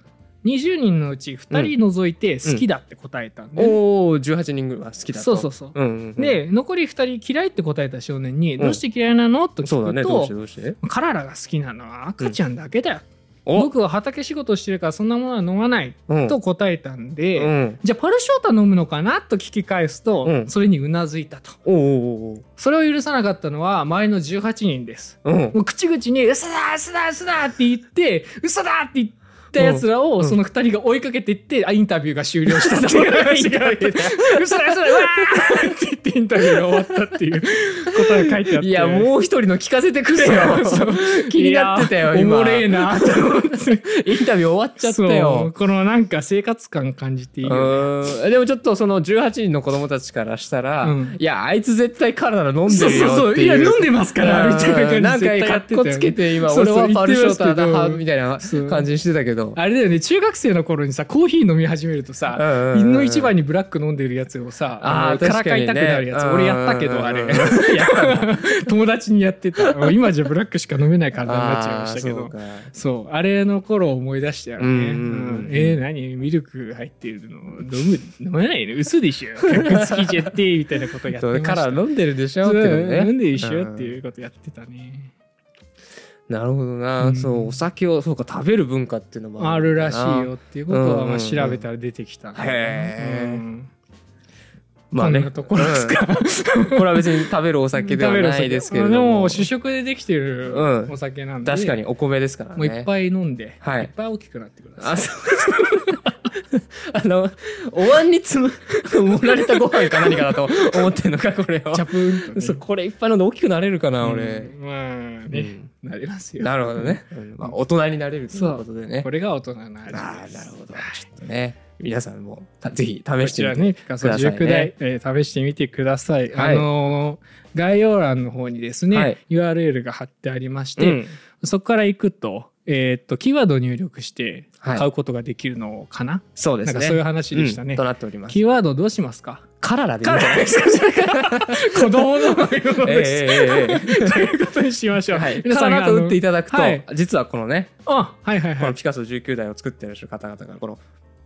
S2: 20人のうち2人除いて好きだって答えたんで、
S1: おお18人ぐらいは好きだと。
S2: そうそうそう。
S1: うんうんうん。
S2: で、残り2人嫌いって答えた少年に、
S1: ん
S2: どうして嫌いなのと聞くと、
S1: そうだね、どうしてどうして
S2: カララが好きなのは赤ちゃんだけだよ。
S1: お
S2: 僕は畑仕事してるからそんなものは飲まない
S1: うん
S2: と答えたん
S1: う
S2: で、
S1: ん。
S2: じゃあパルショータ飲むのかなと聞き返すと、
S1: うん
S2: それにうなずいたと。
S1: おーおー
S2: それを許さなかったのは周りの18人です。
S1: おーおー
S2: もう口々に「嘘だ嘘だ嘘だ!」って言って「嘘だ!」って言ったやつらをその二人が追いかけていって、あインタビューが終了したっていう 話があって嘘だ嘘だうわーって言ってインタビューが終わったっていうことが書いてあって
S1: いやもう一人の聞かせてくれよ 気になってたよ
S2: いや
S1: 今
S2: おもれえなって思
S1: イ
S2: っ
S1: ンタビュー終わっちゃった
S2: そ
S1: よ
S2: うこのなんか生活感感じていいよ
S1: うんでもちょっとその18人の子供たちからしたら、
S2: うん
S1: いやあいつ絶対カラダ飲んで
S2: そう
S1: る
S2: そう
S1: よ
S2: そ
S1: っ
S2: う
S1: て
S2: い
S1: い
S2: や
S1: う
S2: 飲んでますからみたいな
S1: うんな
S2: 感
S1: ん
S2: じで
S1: か
S2: 絶対や
S1: か
S2: っ
S1: って
S2: たよ
S1: こ
S2: ね
S1: つけて今
S2: そう
S1: 俺
S2: そう
S1: はパルショーターだ
S2: 言ってますけど
S1: 派みたいな感じにしてたけど
S2: あれだよね中学生の頃にさコーヒー飲み始めるとさ
S1: うんうんうん
S2: 犬の一番にブラック飲んでるやつをさ
S1: あー
S2: あのから
S1: 確
S2: か
S1: かに
S2: い
S1: ね
S2: たくなるやつ俺やったけ
S1: うんうん
S2: ど
S1: うん
S2: あれ 友達にやってたうん今じゃブラックしか飲めない体になっちゃいましたけ
S1: あーそう
S2: ど
S1: か
S2: そうあれの頃を思い出したよね
S1: うんうんうん
S2: うんえー何ミルク入ってるの飲む飲めないの嘘でしょ客付きじゃってみたいなことやってました
S1: カラダ飲んでるでしょ
S2: そ
S1: っ
S2: う
S1: てこと
S2: 飲ん
S1: ね
S2: で一緒っていうことやってたね
S1: なるほどな、
S2: うん
S1: そうお酒をそうか食べる文化っていうのも
S2: あるらしい
S1: な
S2: よっていうことは
S1: う
S2: まあ
S1: ん
S2: 調べたら出てきたんだ
S1: へー
S2: うん
S1: まあ
S2: こん
S1: ね
S2: なところですか、
S1: うんこれは別に食べるお酒ではないですけれども
S2: でも主食でできてる
S1: うん
S2: お酒なんで、
S1: 確かにお米ですからね
S2: もういっぱい飲んで、
S1: はい
S2: い、っぱい大きくなってください
S1: あ、そう。 あの、お椀に積む、 盛られたご飯か何かだと思ってんのか、これを
S2: チ。ャプーンと、ね、
S1: そう、これいっぱい飲んで大きくなれるかな、俺
S2: う。んまあね、なりますよ
S1: なるほどね。まあ、大人になれるということでね
S2: こ。れが大人の味
S1: ああ、
S2: です
S1: なるほど。ちょっとね、皆さんもたぜひ試
S2: こ
S1: し
S2: ち
S1: てみ
S2: ら
S1: て。
S2: ね、ピカソ
S1: くださいね
S2: 19代、えー試してみてください。
S1: はい
S2: あのー概要欄の方にですね、
S1: はい
S2: URL が貼ってありまして、
S1: うん
S2: そこから行くと、えーっと、キーワードを入力して
S1: はい
S2: 買うことができるのかな、
S1: そうで
S2: な
S1: す
S2: んか
S1: ね。
S2: そういう話でしたね。
S1: うんとなっております。
S2: キーワードどうしますか
S1: カララでいいんじゃないですか。
S2: 子供のもの
S1: え
S2: です。
S1: ええええ
S2: ということにしまし
S1: え
S2: ょ う。
S1: はい。
S2: 皆
S1: カ
S2: さ
S1: ラ
S2: ん
S1: ラと打っていただくと
S2: はい、
S1: 実はこのね、
S2: あのあはいはい
S1: こ
S2: は
S1: の
S2: い。
S1: ピカソ19代を作ってらっしゃる方々がこの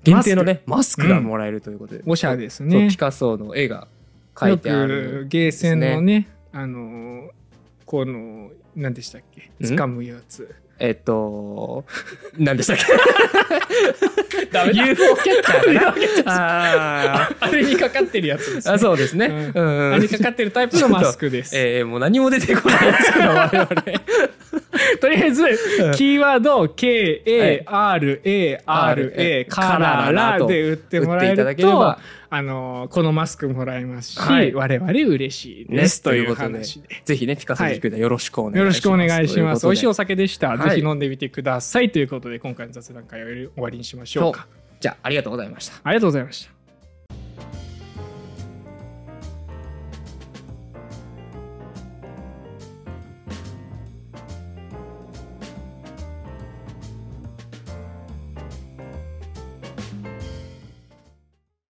S1: 限定のねマスクがもらえるということで、
S2: おしゃれです
S1: そう
S2: ね
S1: ピ。カソの絵が描
S2: よ
S1: いてある
S2: くゲーセンのね、あのーこの、何でしたっけ
S1: ん
S2: 掴むやつ。
S1: えっと 何でしたっけダメだ UFO キャッチャー あ
S2: あれにかかってるやつです、
S1: ーあそうですね、
S2: う
S1: うん
S2: あ
S1: ん
S2: れにかかってるタイプのマスクです。
S1: えーもう何も出てこない ですけど我々
S2: とりあえず、
S1: ん
S2: キーワード K A R A R A カララで売ってもらえ
S1: 打っ
S2: る
S1: ていただけれ
S2: と
S1: ば、
S2: あのこのマスクもらえますし、
S1: はい
S2: 我々嬉しいです、と
S1: ね
S2: いう
S1: ということで
S2: 話で。
S1: ぜひねピカソ19代よろしくお願いします
S2: よろしくお願いします。
S1: と
S2: 美
S1: う
S2: 味しい
S1: こ
S2: お酒でした。
S1: はい
S2: ぜひ飲んでみてください。ということで、今回の雑談会を終わりにしましょ
S1: と
S2: う
S1: で
S2: か。
S1: じゃあありがとうございました
S2: ありがとうございました。